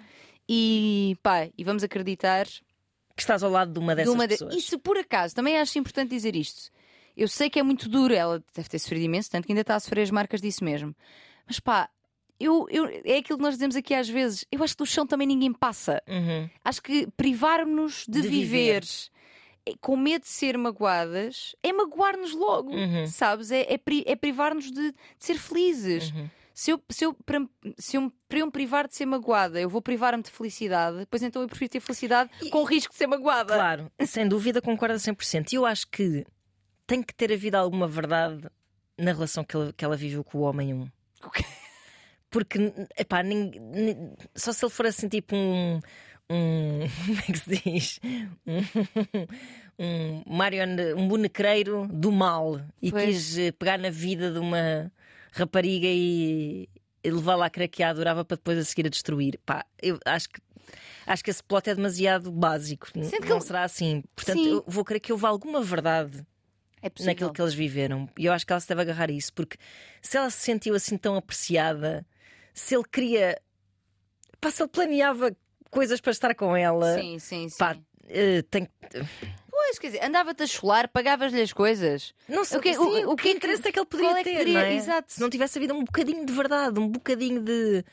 [SPEAKER 2] E pá, e vamos acreditar
[SPEAKER 1] Que estás ao lado de uma
[SPEAKER 2] de
[SPEAKER 1] dessas
[SPEAKER 2] uma de-
[SPEAKER 1] pessoas.
[SPEAKER 2] E se por acaso, também acho importante dizer isto. Eu sei que é muito duro, ela deve ter sofrido imenso, tanto que ainda está a sofrer as marcas disso mesmo. Mas pá, eu, eu, é aquilo que nós dizemos aqui às vezes. Eu acho que do chão também ninguém passa.
[SPEAKER 1] Uhum.
[SPEAKER 2] Acho que privar-nos de,
[SPEAKER 1] De viver.
[SPEAKER 2] viver, eh, com medo de ser magoadas é magoar-nos logo,
[SPEAKER 1] Uhum.
[SPEAKER 2] sabes? É, é, pri- é privar-nos de, de ser felizes.
[SPEAKER 1] Uhum.
[SPEAKER 2] Se eu, se eu, para, se eu, para eu me privar de ser magoada, eu vou privar-me de felicidade, pois então eu prefiro ter felicidade com o risco de ser magoada.
[SPEAKER 1] Claro, sem dúvida concordo a 100%. E eu acho que tem que ter havido alguma verdade na relação que ela, que ela viveu com o homem um.
[SPEAKER 2] Ok.
[SPEAKER 1] Porque, epá, nin- nin- só se ele for assim tipo um. um como é que se diz? Um, um, marione- um bonecreiro do mal e
[SPEAKER 2] Pois.
[SPEAKER 1] quis eh, pegar na vida de uma rapariga e, e levá-la a craquear, adorava para depois a seguir a destruir. Pá, eu acho que. Acho que esse plot é demasiado básico. N-
[SPEAKER 2] Sendo que
[SPEAKER 1] não
[SPEAKER 2] ele-
[SPEAKER 1] será assim. Portanto,
[SPEAKER 2] Sim.
[SPEAKER 1] eu vou crer que houve alguma verdade
[SPEAKER 2] É possível.
[SPEAKER 1] naquilo que eles viveram. E eu acho que ela se deve agarrar a isso, porque se ela se sentiu assim tão apreciada, se ele queria. Pá, se ele planeava coisas para estar com ela,
[SPEAKER 2] Sim, sim, sim.
[SPEAKER 1] pá, eh, tem que.
[SPEAKER 2] Pois, quer dizer, andava-te a cholar, pagavas-lhe as coisas.
[SPEAKER 1] Não sei
[SPEAKER 2] O que-
[SPEAKER 1] sim,
[SPEAKER 2] o- o que é que-
[SPEAKER 1] interesse é que ele
[SPEAKER 2] qual
[SPEAKER 1] poderia
[SPEAKER 2] é que
[SPEAKER 1] ter,
[SPEAKER 2] poderia-
[SPEAKER 1] não é?
[SPEAKER 2] exato.
[SPEAKER 1] Se não tivesse havido um bocadinho de verdade, um bocadinho de,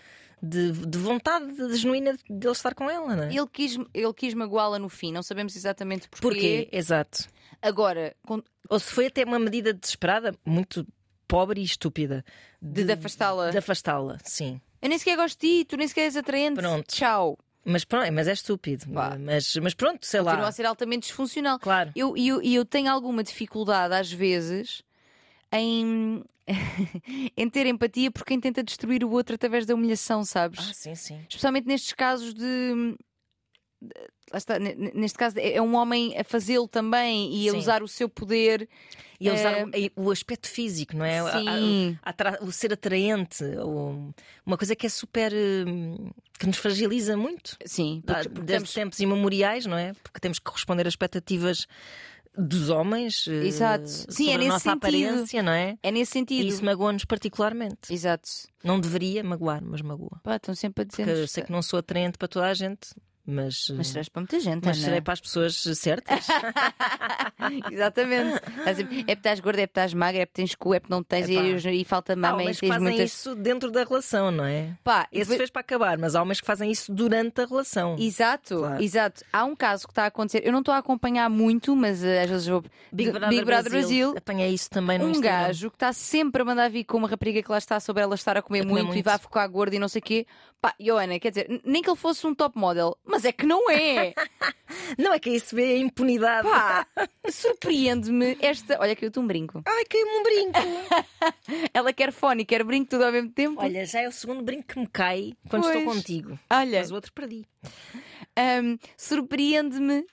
[SPEAKER 1] de, de vontade genuína de ele estar com ela, não é?
[SPEAKER 2] Ele quis, ele quis magoá-la no fim, não sabemos exatamente porquê.
[SPEAKER 1] Porquê? Exato.
[SPEAKER 2] Agora, com-
[SPEAKER 1] Ou se foi até uma medida desesperada, muito pobre e estúpida.
[SPEAKER 2] de, de afastá-la.
[SPEAKER 1] De afastá-la, sim.
[SPEAKER 2] Eu nem sequer gosto de ti, tu nem sequer és atraente.
[SPEAKER 1] Pronto.
[SPEAKER 2] Tchau.
[SPEAKER 1] Mas, pronto, mas é estúpido.
[SPEAKER 2] Pá.
[SPEAKER 1] Mas, mas pronto, sei
[SPEAKER 2] Continua
[SPEAKER 1] lá.
[SPEAKER 2] a ser altamente disfuncional.
[SPEAKER 1] Claro.
[SPEAKER 2] E eu, e eu, e eu tenho alguma dificuldade, às vezes, em, em ter empatia por quem tenta destruir o outro através da humilhação, sabes?
[SPEAKER 1] Ah, sim, sim.
[SPEAKER 2] Especialmente nestes casos de. de- lá está, ne- ne- neste caso é é um homem a fazê-lo também e a
[SPEAKER 1] Sim.
[SPEAKER 2] usar o seu poder.
[SPEAKER 1] E a usar
[SPEAKER 2] Eh,
[SPEAKER 1] o- e o aspecto físico, não é? A- a-
[SPEAKER 2] Sim.
[SPEAKER 1] a atra- o ser atraente, ou uma coisa que é super. hum, que nos fragiliza muito.
[SPEAKER 2] Sim,
[SPEAKER 1] Há-
[SPEAKER 2] porque, porque
[SPEAKER 1] desde
[SPEAKER 2] estamos-
[SPEAKER 1] tempos imemoriais, não é? Porque temos que corresponder às expectativas dos homens. eh,
[SPEAKER 2] Exato. Sim, é
[SPEAKER 1] sobre a
[SPEAKER 2] nesse
[SPEAKER 1] nossa
[SPEAKER 2] sentido.
[SPEAKER 1] aparência, não é?
[SPEAKER 2] é
[SPEAKER 1] E
[SPEAKER 2] nesse sentido.
[SPEAKER 1] isso magoa-nos particularmente.
[SPEAKER 2] Exato.
[SPEAKER 1] Não deveria magoar, mas magoa.
[SPEAKER 2] Pá, estão sempre a dizer.
[SPEAKER 1] Porque eu sei que não sou atraente para toda a gente, mas. eh,
[SPEAKER 2] Mas né? serás para muita gente,
[SPEAKER 1] mas
[SPEAKER 2] Ana.
[SPEAKER 1] serei para as pessoas certas.
[SPEAKER 2] Exatamente. Estás sempre, É porque estás gorda, é porque estás magra, é porque tens cu, é porque não tens e,
[SPEAKER 1] Epá.
[SPEAKER 2] e falta
[SPEAKER 1] Há
[SPEAKER 2] mama e
[SPEAKER 1] homens que
[SPEAKER 2] tens
[SPEAKER 1] fazem
[SPEAKER 2] muitas.
[SPEAKER 1] isso dentro da relação, não é?
[SPEAKER 2] Pá,
[SPEAKER 1] Esse
[SPEAKER 2] depois-
[SPEAKER 1] fez para acabar, mas há homens que fazem isso durante a relação.
[SPEAKER 2] Exato,
[SPEAKER 1] Claro.
[SPEAKER 2] exato. Há um caso que está a acontecer. Eu não estou a acompanhar muito, mas eh, às vezes vou.
[SPEAKER 1] Big
[SPEAKER 2] de-
[SPEAKER 1] Brother,
[SPEAKER 2] Brasil.
[SPEAKER 1] Apanhei isso também É no
[SPEAKER 2] um
[SPEAKER 1] Instagram.
[SPEAKER 2] gajo que está sempre a mandar vir com uma rapariga que lá está sobre ela estar a comer,
[SPEAKER 1] A comer
[SPEAKER 2] muito, e
[SPEAKER 1] muito.
[SPEAKER 2] vai ficar gorda e não sei o quê. Pá, Joana, quer dizer, n- nem que ele fosse um top model, mas é que não é.
[SPEAKER 1] Não é que aí se vê a impunidade.
[SPEAKER 2] Pá, surpreende-me esta. Olha, que eu te um brinco.
[SPEAKER 1] Ai, caiu-me um brinco.
[SPEAKER 2] Ela quer fone e quer brinco tudo ao mesmo tempo.
[SPEAKER 1] Olha, já é o segundo brinco que me cai quando estou
[SPEAKER 2] Pois. É.
[SPEAKER 1] contigo.
[SPEAKER 2] Olha,
[SPEAKER 1] Mas o outro perdi.
[SPEAKER 2] hum, surpreende-me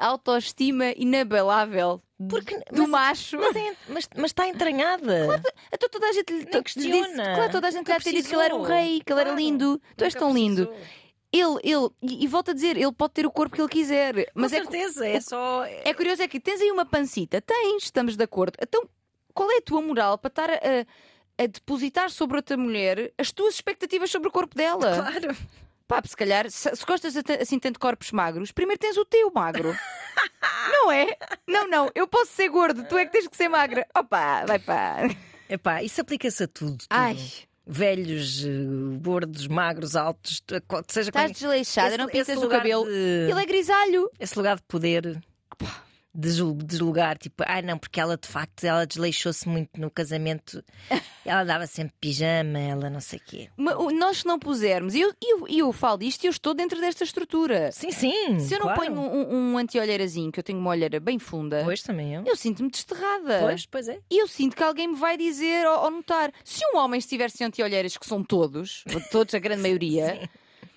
[SPEAKER 2] a autoestima inabalável
[SPEAKER 1] Porque,
[SPEAKER 2] do
[SPEAKER 1] mas,
[SPEAKER 2] macho.
[SPEAKER 1] mas, é- mas- mas está entranhada.
[SPEAKER 2] Então toda a gente lhe
[SPEAKER 1] Nem
[SPEAKER 2] disse,
[SPEAKER 1] questiona.
[SPEAKER 2] claro, toda a gente
[SPEAKER 1] Nunca
[SPEAKER 2] lhe disse que ele era um
[SPEAKER 1] precisou.
[SPEAKER 2] rei, que ele era
[SPEAKER 1] Claro.
[SPEAKER 2] lindo. Tu és
[SPEAKER 1] Nunca
[SPEAKER 2] tão lindo.
[SPEAKER 1] precisou. Com
[SPEAKER 2] Ele, ele, e, e volto a dizer, ele pode ter o corpo que ele quiser. Mas é, cu-
[SPEAKER 1] certeza, é só.
[SPEAKER 2] é curioso é que tens aí uma pancita, tens, estamos de acordo. Então, qual é a tua moral para estar a, a- a depositar sobre outra mulher as tuas expectativas sobre o corpo dela?
[SPEAKER 1] Claro.
[SPEAKER 2] Pá, se calhar, se, se gostas de ta- assim tanto de corpos magros, primeiro tens o teu magro. não é? Não, não, eu posso ser gordo, tu é que tens que ser magra. Opa, vai pá.
[SPEAKER 1] Epá, isso aplica-se a tudo. tudo.
[SPEAKER 2] Ai,
[SPEAKER 1] Velhos, eh, gordos, magros, altos, tu- co- seja
[SPEAKER 2] estás
[SPEAKER 1] qual-
[SPEAKER 2] desleixada,
[SPEAKER 1] Esse-
[SPEAKER 2] não
[SPEAKER 1] esse
[SPEAKER 2] pintas o
[SPEAKER 1] lugar
[SPEAKER 2] cabelo.
[SPEAKER 1] de-
[SPEAKER 2] Ele é grisalho.
[SPEAKER 1] Esse lugar de poder. de jul- Deslugar, tipo, ah não, porque ela de facto ela desleixou-se muito no casamento, ela dava sempre pijama, ela não sei o quê.
[SPEAKER 2] Ma- o- Nós se não pusermos, e eu, e eu, e eu falo disto e eu estou dentro desta estrutura.
[SPEAKER 1] Sim, sim.
[SPEAKER 2] Se eu não
[SPEAKER 1] claro.
[SPEAKER 2] ponho um, um anti-olheirazinho, que eu tenho uma olheira bem funda,
[SPEAKER 1] Pois também eu.
[SPEAKER 2] eu sinto-me desterrada.
[SPEAKER 1] Pois, pois é.
[SPEAKER 2] E eu sinto que alguém me vai dizer ou, ou notar. Se um homem estiver sem anti-olheiras, que são todos, ou todos, a grande maioria,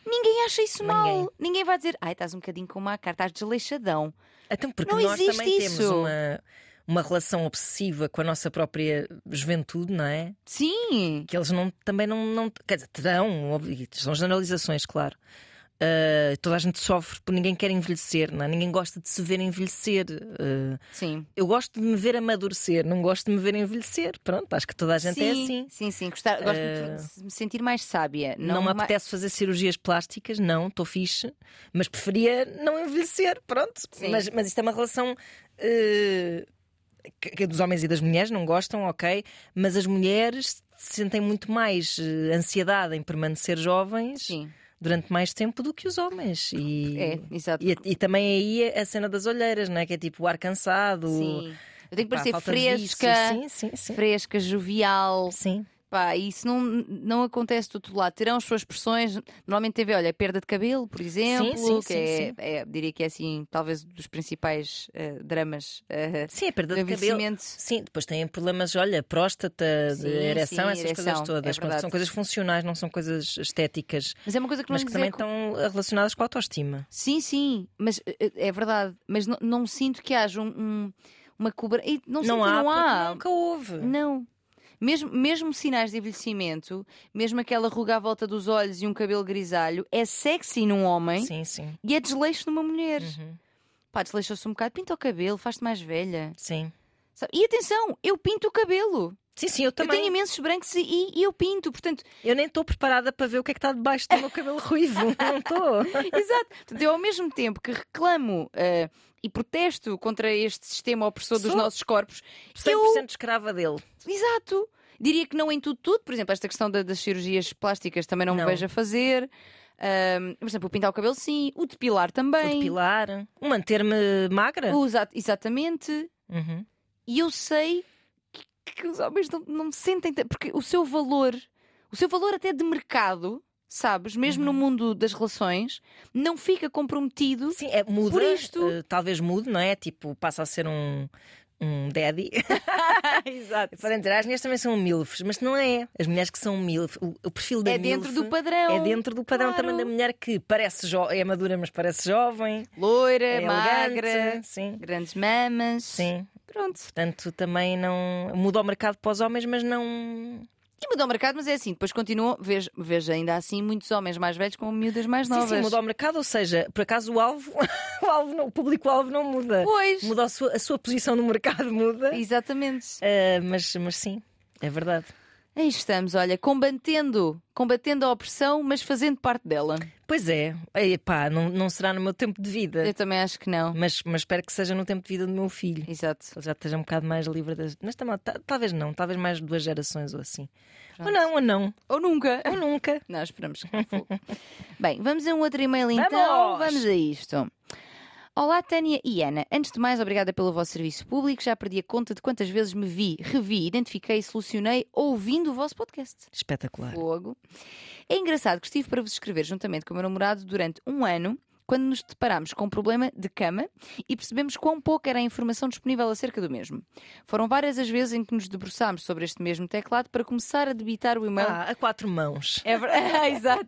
[SPEAKER 2] ninguém acha isso
[SPEAKER 1] Ninguém.
[SPEAKER 2] mal. Ninguém vai dizer, ai, estás um bocadinho com uma cara, estás desleixadão.
[SPEAKER 1] Então, porque
[SPEAKER 2] Não
[SPEAKER 1] nós
[SPEAKER 2] existe
[SPEAKER 1] também temos
[SPEAKER 2] isso.
[SPEAKER 1] uma, uma relação obsessiva com a nossa própria juventude, não é?
[SPEAKER 2] Sim.
[SPEAKER 1] Que eles não, também não, não. Quer dizer, terão, óbvio, são generalizações, claro. Ah, toda a gente sofre, porque ninguém quer envelhecer, não é? ninguém gosta de se ver envelhecer. Ah,
[SPEAKER 2] Sim.
[SPEAKER 1] eu gosto de me ver amadurecer, não gosto de me ver envelhecer. Pronto, acho que toda a gente
[SPEAKER 2] sim,
[SPEAKER 1] é assim. Eh,
[SPEAKER 2] Sim, sim. Gostar- gosto de me sentir mais sábia.
[SPEAKER 1] Não,
[SPEAKER 2] Não,
[SPEAKER 1] me
[SPEAKER 2] ma-
[SPEAKER 1] apetece fazer cirurgias plásticas, não, estou fixe, mas preferia não envelhecer, pronto.
[SPEAKER 2] Sim.
[SPEAKER 1] Mas, mas isto é uma relação eh, que, que dos homens e das mulheres, não gostam, ok, mas as mulheres sentem muito mais eh, ansiedade em permanecer jovens
[SPEAKER 2] Sim.
[SPEAKER 1] durante mais tempo do que os homens. E,
[SPEAKER 2] É, exato.
[SPEAKER 1] e, e também aí a cena das olheiras, não é? Que é tipo o ar cansado,
[SPEAKER 2] Sim. Eu tenho que
[SPEAKER 1] pá, a
[SPEAKER 2] parecer
[SPEAKER 1] falta de vício.
[SPEAKER 2] fresca,
[SPEAKER 1] Sim, sim, sim.
[SPEAKER 2] fresca, jovial.
[SPEAKER 1] Sim.
[SPEAKER 2] Pá, e isso não, não acontece do outro lado. Terão as suas pressões. Normalmente teve, olha, perda de cabelo, por exemplo,
[SPEAKER 1] sim,
[SPEAKER 2] que
[SPEAKER 1] sim,
[SPEAKER 2] é,
[SPEAKER 1] sim.
[SPEAKER 2] é, diria que é assim, talvez um dos principais eh, dramas eh,
[SPEAKER 1] Sim, a perda
[SPEAKER 2] do
[SPEAKER 1] de cabelo.
[SPEAKER 2] envelhecimento.
[SPEAKER 1] Sim, depois têm problemas, olha, próstata, de
[SPEAKER 2] Sim,
[SPEAKER 1] ereção,
[SPEAKER 2] sim,
[SPEAKER 1] essas
[SPEAKER 2] ereção,
[SPEAKER 1] coisas todas.
[SPEAKER 2] é
[SPEAKER 1] Portanto,
[SPEAKER 2] verdade.
[SPEAKER 1] são coisas funcionais, não são coisas estéticas,
[SPEAKER 2] Mas é uma coisa que não
[SPEAKER 1] mas
[SPEAKER 2] lhe
[SPEAKER 1] que também
[SPEAKER 2] dizer. co-
[SPEAKER 1] estão relacionadas com a autoestima.
[SPEAKER 2] Sim, sim, mas eh, eh, é verdade. Mas não, não sinto que haja um, um- uma cobrança. Não, sinto
[SPEAKER 1] não
[SPEAKER 2] que
[SPEAKER 1] há,
[SPEAKER 2] não há.
[SPEAKER 1] porque nunca houve.
[SPEAKER 2] Não. Mesmo, mesmo sinais de envelhecimento, mesmo aquela ruga à volta dos olhos e um cabelo grisalho, é sexy num homem
[SPEAKER 1] Sim, sim.
[SPEAKER 2] e é desleixo numa mulher.
[SPEAKER 1] Uhum.
[SPEAKER 2] Pá, desleixou-se um bocado, pinta o cabelo, faz-te mais velha.
[SPEAKER 1] Sim.
[SPEAKER 2] Sabe? E atenção, eu pinto o cabelo.
[SPEAKER 1] Sim, sim, eu
[SPEAKER 2] Eu
[SPEAKER 1] também.
[SPEAKER 2] tenho
[SPEAKER 1] Eu,
[SPEAKER 2] imensos brancos e, e eu pinto. Portanto,
[SPEAKER 1] nem estou preparada para ver o que é que está debaixo do meu cabelo ruivo. não estou.
[SPEAKER 2] exato. Portanto, eu, ao mesmo tempo que reclamo ah, e protesto contra este sistema opressor dos
[SPEAKER 1] Sou.
[SPEAKER 2] nossos corpos,
[SPEAKER 1] 100%
[SPEAKER 2] eu
[SPEAKER 1] escrava dele.
[SPEAKER 2] Exato. Diria que não em tudo, tudo. Por exemplo, esta questão da- das cirurgias plásticas também não,
[SPEAKER 1] Não.
[SPEAKER 2] me vejo a fazer. Ahm, por exemplo, o pintar o cabelo, sim. O depilar
[SPEAKER 1] O
[SPEAKER 2] também.
[SPEAKER 1] depilar, o manter-me magra.
[SPEAKER 2] O exa- exatamente.
[SPEAKER 1] Uhum.
[SPEAKER 2] E eu sei que, que os homens não, não me sentem. ta- Porque o seu valor, o seu valor até de mercado, sabes? Mesmo
[SPEAKER 1] Uhum.
[SPEAKER 2] no mundo das relações, não fica comprometido.
[SPEAKER 1] Sim, é, muda.
[SPEAKER 2] Por isto-
[SPEAKER 1] eh, talvez mude, não é? Tipo, passa a ser um, um daddy. Ah,
[SPEAKER 2] Exato.
[SPEAKER 1] Podem dizer, as mulheres também são milfs, mas não é. As mulheres que são milf, o, o perfil da
[SPEAKER 2] É
[SPEAKER 1] milf
[SPEAKER 2] dentro do padrão.
[SPEAKER 1] é dentro do padrão
[SPEAKER 2] claro.
[SPEAKER 1] também da mulher que parece jo- é madura, mas parece jovem,
[SPEAKER 2] Loira,
[SPEAKER 1] é,
[SPEAKER 2] magra,
[SPEAKER 1] elegante, sim,
[SPEAKER 2] grandes mamas.
[SPEAKER 1] sim.
[SPEAKER 2] Pronto.
[SPEAKER 1] Portanto, também não muda o mercado para os homens, mas não.
[SPEAKER 2] E mudou o mercado, mas é assim, depois continuam, vejo, vejo ainda assim muitos homens mais velhos com miúdas mais novas.
[SPEAKER 1] Sim, sim, muda o mercado, ou seja, por acaso o alvo, o, alvo não- o público-alvo não muda.
[SPEAKER 2] Pois,
[SPEAKER 1] Muda a sua, a sua posição no mercado, muda.
[SPEAKER 2] exatamente.
[SPEAKER 1] Eh, mas, mas sim, é verdade.
[SPEAKER 2] Aí estamos, olha, combatendo, combatendo a opressão, mas fazendo parte dela.
[SPEAKER 1] Pois é, Epá, não, não será no meu tempo de vida,
[SPEAKER 2] Eu também acho que não.
[SPEAKER 1] mas, mas espero que seja no tempo de vida do meu filho.
[SPEAKER 2] Exato.
[SPEAKER 1] Ele já esteja um bocado mais livre das. Mas também, ta- talvez não, talvez mais duas gerações ou assim. Ou não, ou não,
[SPEAKER 2] Ou nunca.
[SPEAKER 1] ou nunca.
[SPEAKER 2] Não, esperamos que não fogo. Bem, vamos a um outro e-mail então.
[SPEAKER 1] Vamos!
[SPEAKER 2] Vamos a isto. Olá, Tânia e Ana. Antes de mais, obrigada pelo vosso serviço público. Já perdi a conta de quantas vezes me vi, revi, identifiquei e solucionei ouvindo o vosso podcast.
[SPEAKER 1] Espetacular.
[SPEAKER 2] Fogo. É engraçado que estive para vos escrever juntamente com o meu namorado durante um ano. quando nos deparámos com um problema de cama e percebemos quão pouca era a informação disponível acerca do mesmo. Foram várias as vezes em que nos debruçámos sobre este mesmo teclado para começar a debitar o e-mail.
[SPEAKER 1] Ah, a quatro mãos.
[SPEAKER 2] É ver- Exato.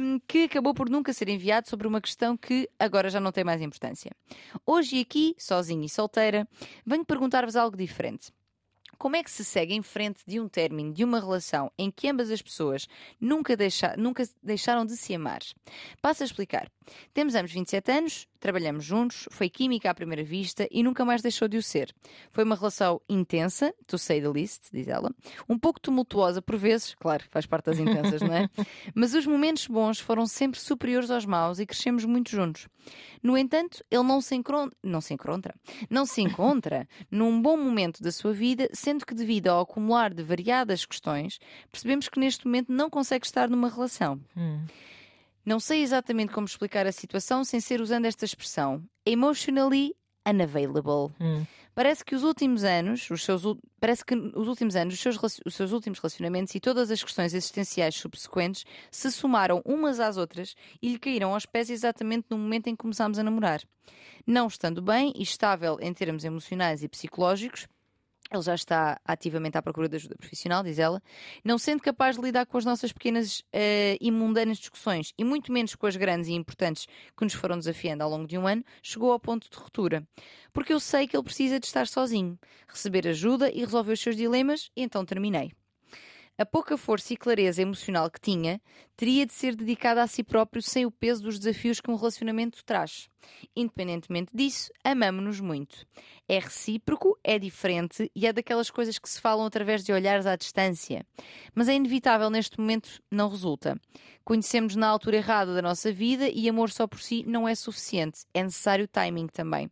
[SPEAKER 2] Um, que acabou por nunca ser enviado sobre uma questão que agora já não tem mais importância. Hoje e aqui, sozinha e solteira, venho perguntar-vos algo diferente. Como é que se segue em frente de um término de uma relação em que ambas as pessoas nunca, deixa- nunca deixaram de se amar? Passo a explicar. Temos ambos 27 anos, trabalhamos juntos, foi química à primeira vista e nunca mais deixou de o ser. Foi uma relação intensa, to say the least, diz ela, um pouco tumultuosa por vezes, claro, faz parte das intensas, não é? Mas os momentos bons foram sempre superiores aos maus e crescemos muito juntos. No entanto, ele não se encontra, não se encontra, não se encontra num bom momento da sua vida, sendo que devido ao acumular de variadas questões, percebemos que neste momento não consegue estar numa relação.
[SPEAKER 1] Hum.
[SPEAKER 2] Não sei exatamente como explicar a situação sem ser usando esta expressão emotionally unavailable.
[SPEAKER 1] Hum.
[SPEAKER 2] Parece que os últimos anos, os seus, ul- parece que os últimos anos, os seus, relaci- os seus últimos relacionamentos e todas as questões existenciais subsequentes se somaram umas às outras e lhe caíram aos pés exatamente no momento em que começámos a namorar. Não estando bem e estável em termos emocionais e psicológicos, ele já está ativamente à procura de ajuda profissional, diz ela, não sendo capaz de lidar com as nossas pequenas eh, e mundanas discussões, e muito menos com as grandes e importantes que nos foram desafiando ao longo de um ano, chegou ao ponto de ruptura. Porque eu sei que ele precisa de estar sozinho, receber ajuda e resolver os seus dilemas, e então terminei. A pouca força e clareza emocional que tinha teria de ser dedicada a si próprio sem o peso dos desafios que um relacionamento traz. Independentemente disso, amamo-nos muito. É recíproco, é diferente e é daquelas coisas que se falam através de olhares à distância. Mas é inevitável neste momento, não resulta. Conhecemos na altura errada da nossa vida e amor só por si não é suficiente. É necessário timing também.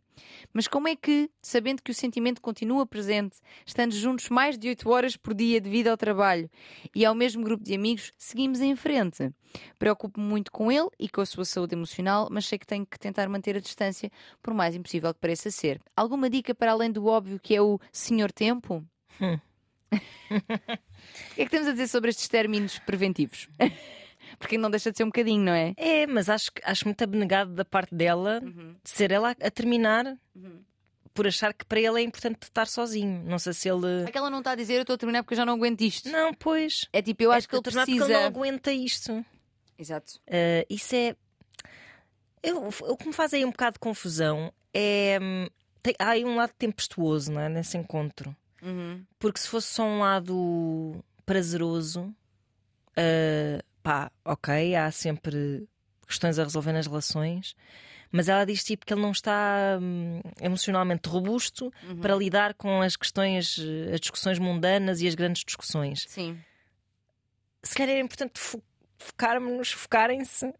[SPEAKER 2] Mas como é que, sabendo que o sentimento continua presente, estando juntos mais de 8 horas por dia devido ao trabalho e ao mesmo grupo de amigos, seguimos em frente? Preocupo-me muito com ele e com a sua saúde emocional, mas sei que tenho que tentar manter a distância, por mais impossível que pareça ser. Alguma dica para além do óbvio que é o senhor tempo?
[SPEAKER 1] Hum.
[SPEAKER 2] o que é que temos a dizer sobre estes términos preventivos? Porque não deixa de ser um bocadinho, não é?
[SPEAKER 1] É, mas acho, que- acho muito abnegado da parte dela
[SPEAKER 2] Uhum.
[SPEAKER 1] de ser ela a terminar por achar que para ele é importante estar sozinho. Não sei se ele.
[SPEAKER 2] Aquela É não está a dizer eu estou a terminar porque eu já não aguento isto.
[SPEAKER 1] Não, pois.
[SPEAKER 2] É tipo, eu acho
[SPEAKER 1] É
[SPEAKER 2] que ele
[SPEAKER 1] terminar
[SPEAKER 2] precisa.
[SPEAKER 1] Porque ele não aguenta isto.
[SPEAKER 2] Exato.
[SPEAKER 1] Uh, isso é. Eu- o que me faz aí um bocado de confusão é. hum, tem- há aí um lado tempestuoso não é, nesse encontro.
[SPEAKER 2] Uhum.
[SPEAKER 1] Porque se fosse só um lado prazeroso, uh, pá, ok, há sempre questões a resolver nas relações, mas ela diz tipo que ele não está hum, emocionalmente robusto para lidar com as questões, eh, as discussões mundanas e as grandes discussões
[SPEAKER 2] Sim.
[SPEAKER 1] se calhar era importante fo- focarmos-nos, focarem-se.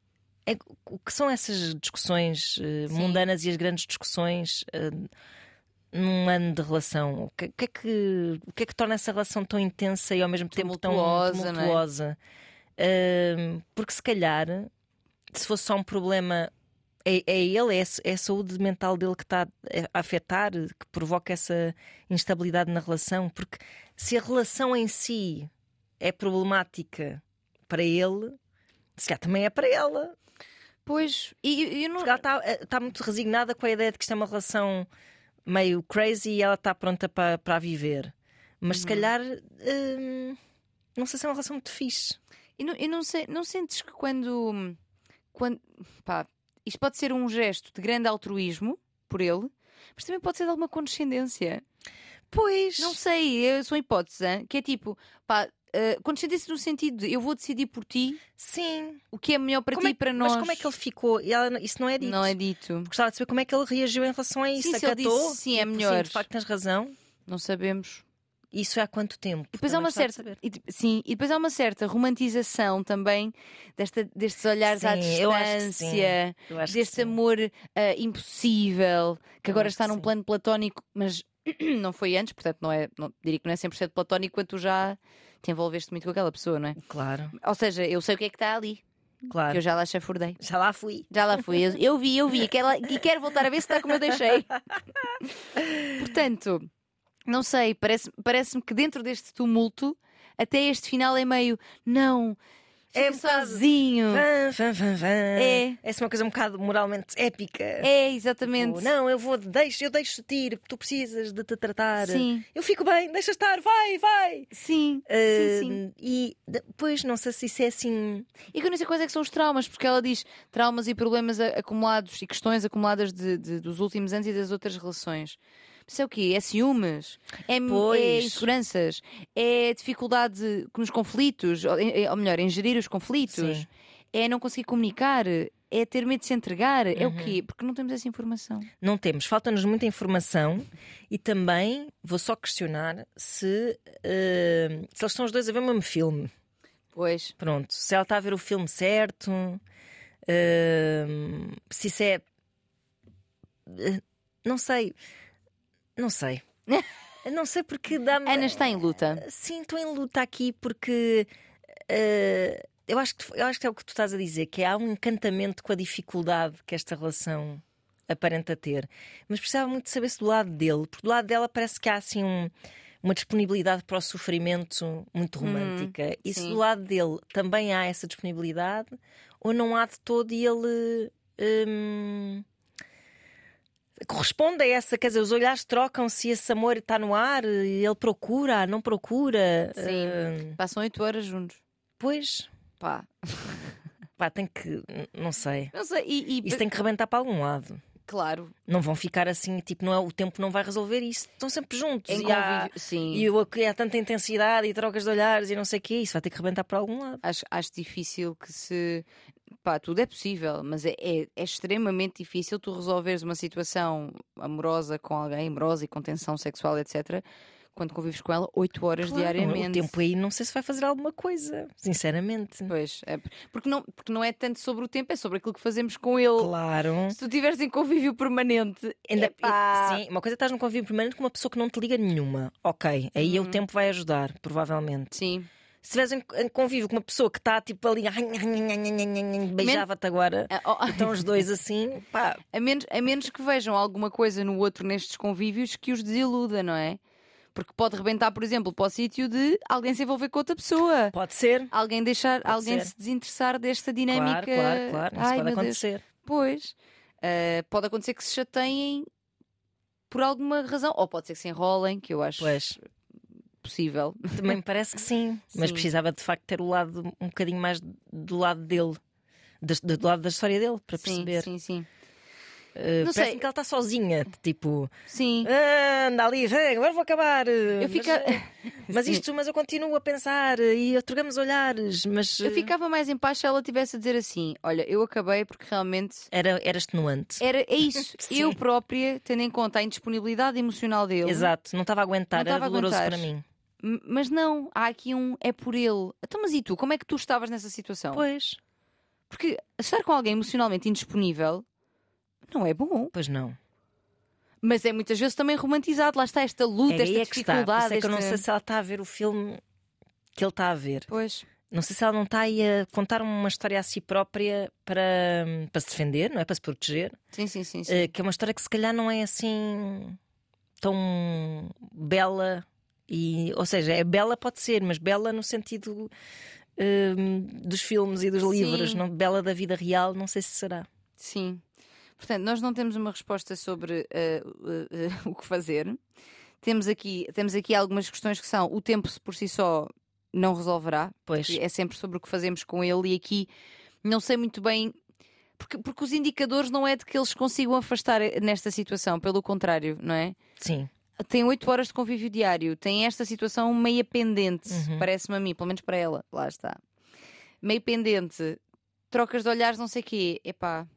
[SPEAKER 1] em o que são essas discussões eh,
[SPEAKER 2] Sim.
[SPEAKER 1] mundanas e as grandes discussões eh, num ano de relação? O que, o que é que, o que é que torna essa relação tão intensa e ao mesmo tempo tão
[SPEAKER 2] Tumultuosa, não é?
[SPEAKER 1] tumultuosa? Ahm, porque se calhar, se fosse só um problema, é, é ele, é, a sa- é a saúde mental dele que está a afetar, que provoca essa instabilidade na relação. Porque se a relação em si é problemática para ele, se calhar também é para ela.
[SPEAKER 2] Pois, e e- eu não.
[SPEAKER 1] Porque ela está está tá, eh, muito resignada com a ideia de que isto é uma relação meio crazy e ela está pronta para, para a viver. Mas
[SPEAKER 2] Uhum.
[SPEAKER 1] se calhar. hum, não sei se é uma relação muito fixe.
[SPEAKER 2] E não, eu não sei, não sentes que quando, quando. Pá, isto pode ser um gesto de grande altruísmo por ele, mas também pode ser de alguma condescendência.
[SPEAKER 1] Pois.
[SPEAKER 2] Não sei, eu- são hipóteses, hein? que é tipo, pá, eh, condescendência no sentido de eu vou decidir por ti
[SPEAKER 1] Sim.
[SPEAKER 2] o que é melhor para
[SPEAKER 1] Como
[SPEAKER 2] ti
[SPEAKER 1] é
[SPEAKER 2] e
[SPEAKER 1] que-
[SPEAKER 2] para nós.
[SPEAKER 1] Mas como é que ele ficou? E ela- isso não é dito.
[SPEAKER 2] Não é dito,
[SPEAKER 1] Gostava de saber como é que ele reagiu em relação a isso.
[SPEAKER 2] Sim, se ele
[SPEAKER 1] Acatou?
[SPEAKER 2] disse, sim, é
[SPEAKER 1] Tipo,
[SPEAKER 2] melhor.
[SPEAKER 1] de facto, tens razão.
[SPEAKER 2] não sabemos.
[SPEAKER 1] Isso é há quanto tempo?
[SPEAKER 2] E depois há
[SPEAKER 1] Também
[SPEAKER 2] uma
[SPEAKER 1] gostava de
[SPEAKER 2] certa.
[SPEAKER 1] saber.
[SPEAKER 2] e de- sim, e depois há uma certa romantização também desta, destes olhares à
[SPEAKER 1] Sim, eu acho que sim.
[SPEAKER 2] distância.
[SPEAKER 1] Eu acho que
[SPEAKER 2] deste
[SPEAKER 1] sim.
[SPEAKER 2] amor ah, impossível, que
[SPEAKER 1] Eu
[SPEAKER 2] agora
[SPEAKER 1] acho
[SPEAKER 2] está
[SPEAKER 1] que
[SPEAKER 2] num
[SPEAKER 1] sim.
[SPEAKER 2] plano platónico, mas não foi antes, portanto não é, não, diria que não é 100% platónico quando tu já te envolveste muito com aquela pessoa, não é?
[SPEAKER 1] Claro,
[SPEAKER 2] Ou seja, eu sei o que é que está ali, que
[SPEAKER 1] claro.
[SPEAKER 2] eu já lá chafurdei.
[SPEAKER 1] Já lá fui.
[SPEAKER 2] Já lá fui, eu, eu vi, eu vi, e quero, lá- e quero voltar a ver se está como eu deixei. portanto, não sei, parece- parece-me que dentro deste tumulto, até este final é meio, não, Fica
[SPEAKER 1] um bocado-
[SPEAKER 2] sozinho.
[SPEAKER 1] Vã, vã, vã, vã.
[SPEAKER 2] Hum. É.
[SPEAKER 1] Essa é uma coisa um bocado moralmente épica.
[SPEAKER 2] É, exatamente.
[SPEAKER 1] Tipo, não, eu vou, deixo, eu deixo-te ir, tu precisas de te tratar.
[SPEAKER 2] Sim.
[SPEAKER 1] Eu fico bem, deixa estar, vai, vai.
[SPEAKER 2] Sim,
[SPEAKER 1] Ah,
[SPEAKER 2] sim, sim.
[SPEAKER 1] E depois, não sei se isso é assim.
[SPEAKER 2] E que eu não sei quais é que são os traumas, porque ela diz traumas e problemas a- acumulados e questões acumuladas de- de- dos últimos anos e das outras relações. Isso é o quê? É ciúmes? É, m-
[SPEAKER 1] Pois.
[SPEAKER 2] é inseguranças? É dificuldade nos conflitos? Ou, em- ou melhor, em gerir os conflitos?
[SPEAKER 1] Sim.
[SPEAKER 2] É não conseguir comunicar? É ter medo de se entregar? É o quê? Porque não temos essa informação.
[SPEAKER 1] Não temos, falta-nos muita informação e também vou só questionar se, ah, se eles estão os dois a ver o mesmo filme.
[SPEAKER 2] Pois.
[SPEAKER 1] Pronto, se ela está a ver o filme certo, hum, se isso é. eh, Não sei. Não sei. Não sei porque dá-me.
[SPEAKER 2] Ana está em luta.
[SPEAKER 1] Sim, estou em luta aqui porque. eh, eu, acho que, eu acho que é o que tu estás a dizer, que há um encantamento com a dificuldade que esta relação aparenta ter. Mas precisava muito de saber se do lado dele, porque do lado dela parece que há assim um- uma disponibilidade para o sofrimento muito romântica. e se
[SPEAKER 2] sim.
[SPEAKER 1] do lado dele também há essa disponibilidade, ou não há de todo e ele. hum, corresponde a essa, quer dizer, os olhares trocam-se, e esse amor está no ar, e ele procura, não procura. eh,
[SPEAKER 2] Sim. Passam oito horas juntos.
[SPEAKER 1] Pois,
[SPEAKER 2] Pá.
[SPEAKER 1] pá, tem que. n- Não sei.
[SPEAKER 2] Não sei. E, e-
[SPEAKER 1] Isso tem que rebentar para algum lado.
[SPEAKER 2] Claro.
[SPEAKER 1] Não vão ficar assim, tipo, não é, o tempo não vai resolver isso. Estão sempre juntos.
[SPEAKER 2] Em
[SPEAKER 1] e há,
[SPEAKER 2] convívio. Sim.
[SPEAKER 1] e o- há tanta intensidade e trocas de olhares e não sei o quê. Isso vai ter que rebentar para algum lado.
[SPEAKER 2] Acho, acho difícil que se. Pá, tudo é possível, mas é, é- é extremamente difícil tu resolveres uma situação amorosa com alguém, amorosa e com tensão sexual, etc., quando convives com ela 8 horas
[SPEAKER 1] Claro,
[SPEAKER 2] diariamente.
[SPEAKER 1] O tempo aí não sei se vai fazer alguma coisa, sinceramente.
[SPEAKER 2] Pois, é, porque, não, porque não é tanto sobre o tempo, é sobre aquilo que fazemos com ele.
[SPEAKER 1] Claro.
[SPEAKER 2] Se tu tiveres em convívio permanente,
[SPEAKER 1] Ainda-
[SPEAKER 2] epá,
[SPEAKER 1] Sim, uma coisa é estás num convívio permanente com uma pessoa que não te liga nenhuma. Ok, aí
[SPEAKER 2] Uhum.
[SPEAKER 1] o tempo vai ajudar, provavelmente.
[SPEAKER 2] Sim.
[SPEAKER 1] Se tiveres em em convívio com uma pessoa que está tipo ali, "Ai, nhan, nhan, nhan, nhan, nhan, nhan", beijava-te agora,
[SPEAKER 2] Ah, oh,
[SPEAKER 1] estão os dois assim, pá,
[SPEAKER 2] A menos, a menos que vejam alguma coisa no outro nestes convívios que os desiluda, não é? Porque pode rebentar, por exemplo, para o sítio de alguém se envolver com outra pessoa.
[SPEAKER 1] pode ser.
[SPEAKER 2] Alguém deixar,
[SPEAKER 1] Pode
[SPEAKER 2] alguém
[SPEAKER 1] ser.
[SPEAKER 2] se desinteressar desta dinâmica.
[SPEAKER 1] Claro, claro, claro, isso
[SPEAKER 2] Ai,
[SPEAKER 1] pode
[SPEAKER 2] meu Deus.
[SPEAKER 1] acontecer.
[SPEAKER 2] Pois. Ah, pode acontecer que se chateiem por alguma razão. Ou pode ser que se enrolem, que eu acho
[SPEAKER 1] Pois,
[SPEAKER 2] possível.
[SPEAKER 1] também me parece que sim, mas
[SPEAKER 2] Sim.
[SPEAKER 1] precisava de facto ter o lado um bocadinho mais do lado dele. das- Do, lado da história dele, para
[SPEAKER 2] sim,
[SPEAKER 1] perceber.
[SPEAKER 2] sim, sim.
[SPEAKER 1] Eh,
[SPEAKER 2] Ah, Não
[SPEAKER 1] Parece-me
[SPEAKER 2] sei.
[SPEAKER 1] que ela está sozinha, tipo,
[SPEAKER 2] Sim.
[SPEAKER 1] "Ah, anda ali, vem, agora vou acabar. eh,
[SPEAKER 2] Eu, fica...
[SPEAKER 1] Mas
[SPEAKER 2] Sim.
[SPEAKER 1] isto, mas eu continuo a pensar eh, e trocamos olhares, mas
[SPEAKER 2] eu
[SPEAKER 1] eh,
[SPEAKER 2] ficava mais em paz se ela tivesse a dizer assim: olha, eu acabei porque realmente
[SPEAKER 1] eh, era, era extenuante.
[SPEAKER 2] Era, é isso.
[SPEAKER 1] Sim.
[SPEAKER 2] eu própria, tendo em conta a indisponibilidade emocional dele.
[SPEAKER 1] Exato, não estava a aguentar,
[SPEAKER 2] Não
[SPEAKER 1] era
[SPEAKER 2] estava a
[SPEAKER 1] doloroso
[SPEAKER 2] aguentar.
[SPEAKER 1] para mim.
[SPEAKER 2] m- Mas não, há aqui um é por ele. Então, mas e tu? Como é que tu estavas nessa situação?
[SPEAKER 1] Pois,
[SPEAKER 2] Porque estar com alguém emocionalmente indisponível não é bom.
[SPEAKER 1] pois não.
[SPEAKER 2] Mas é muitas vezes também romantizado. Lá está esta luta,
[SPEAKER 1] É,
[SPEAKER 2] esta
[SPEAKER 1] aí é que está. Por
[SPEAKER 2] dificuldade.
[SPEAKER 1] isso é que eu não sei
[SPEAKER 2] esta-
[SPEAKER 1] se ela está a ver o filme que ele está a ver.
[SPEAKER 2] Pois,
[SPEAKER 1] Não sei se ela não está aí a contar uma história a si própria para, para se defender, não é? Para se proteger.
[SPEAKER 2] sim, sim, sim. sim.
[SPEAKER 1] Eh, que é uma história que se calhar não é assim tão bela. E, ou seja, é bela pode ser, mas bela no sentido hum, dos filmes e dos
[SPEAKER 2] Sim.
[SPEAKER 1] livros, não, bela da vida real, não sei se será.
[SPEAKER 2] Sim. Portanto, nós não temos uma resposta sobre eh, eh, eh, o que fazer. Temos aqui, temos aqui algumas questões que são o tempo por si só não resolverá,
[SPEAKER 1] Pois,
[SPEAKER 2] que é sempre sobre o que fazemos com ele e aqui não sei muito bem porque, porque os indicadores não é de que eles consigam afastar nesta situação, pelo contrário, não é?
[SPEAKER 1] sim,
[SPEAKER 2] Tem oito horas de convívio diário, tem esta situação meia pendente,
[SPEAKER 1] Uhum.
[SPEAKER 2] parece-me a mim, pelo menos para ela, lá está. Meio pendente, trocas de olhares, não sei quê, epá,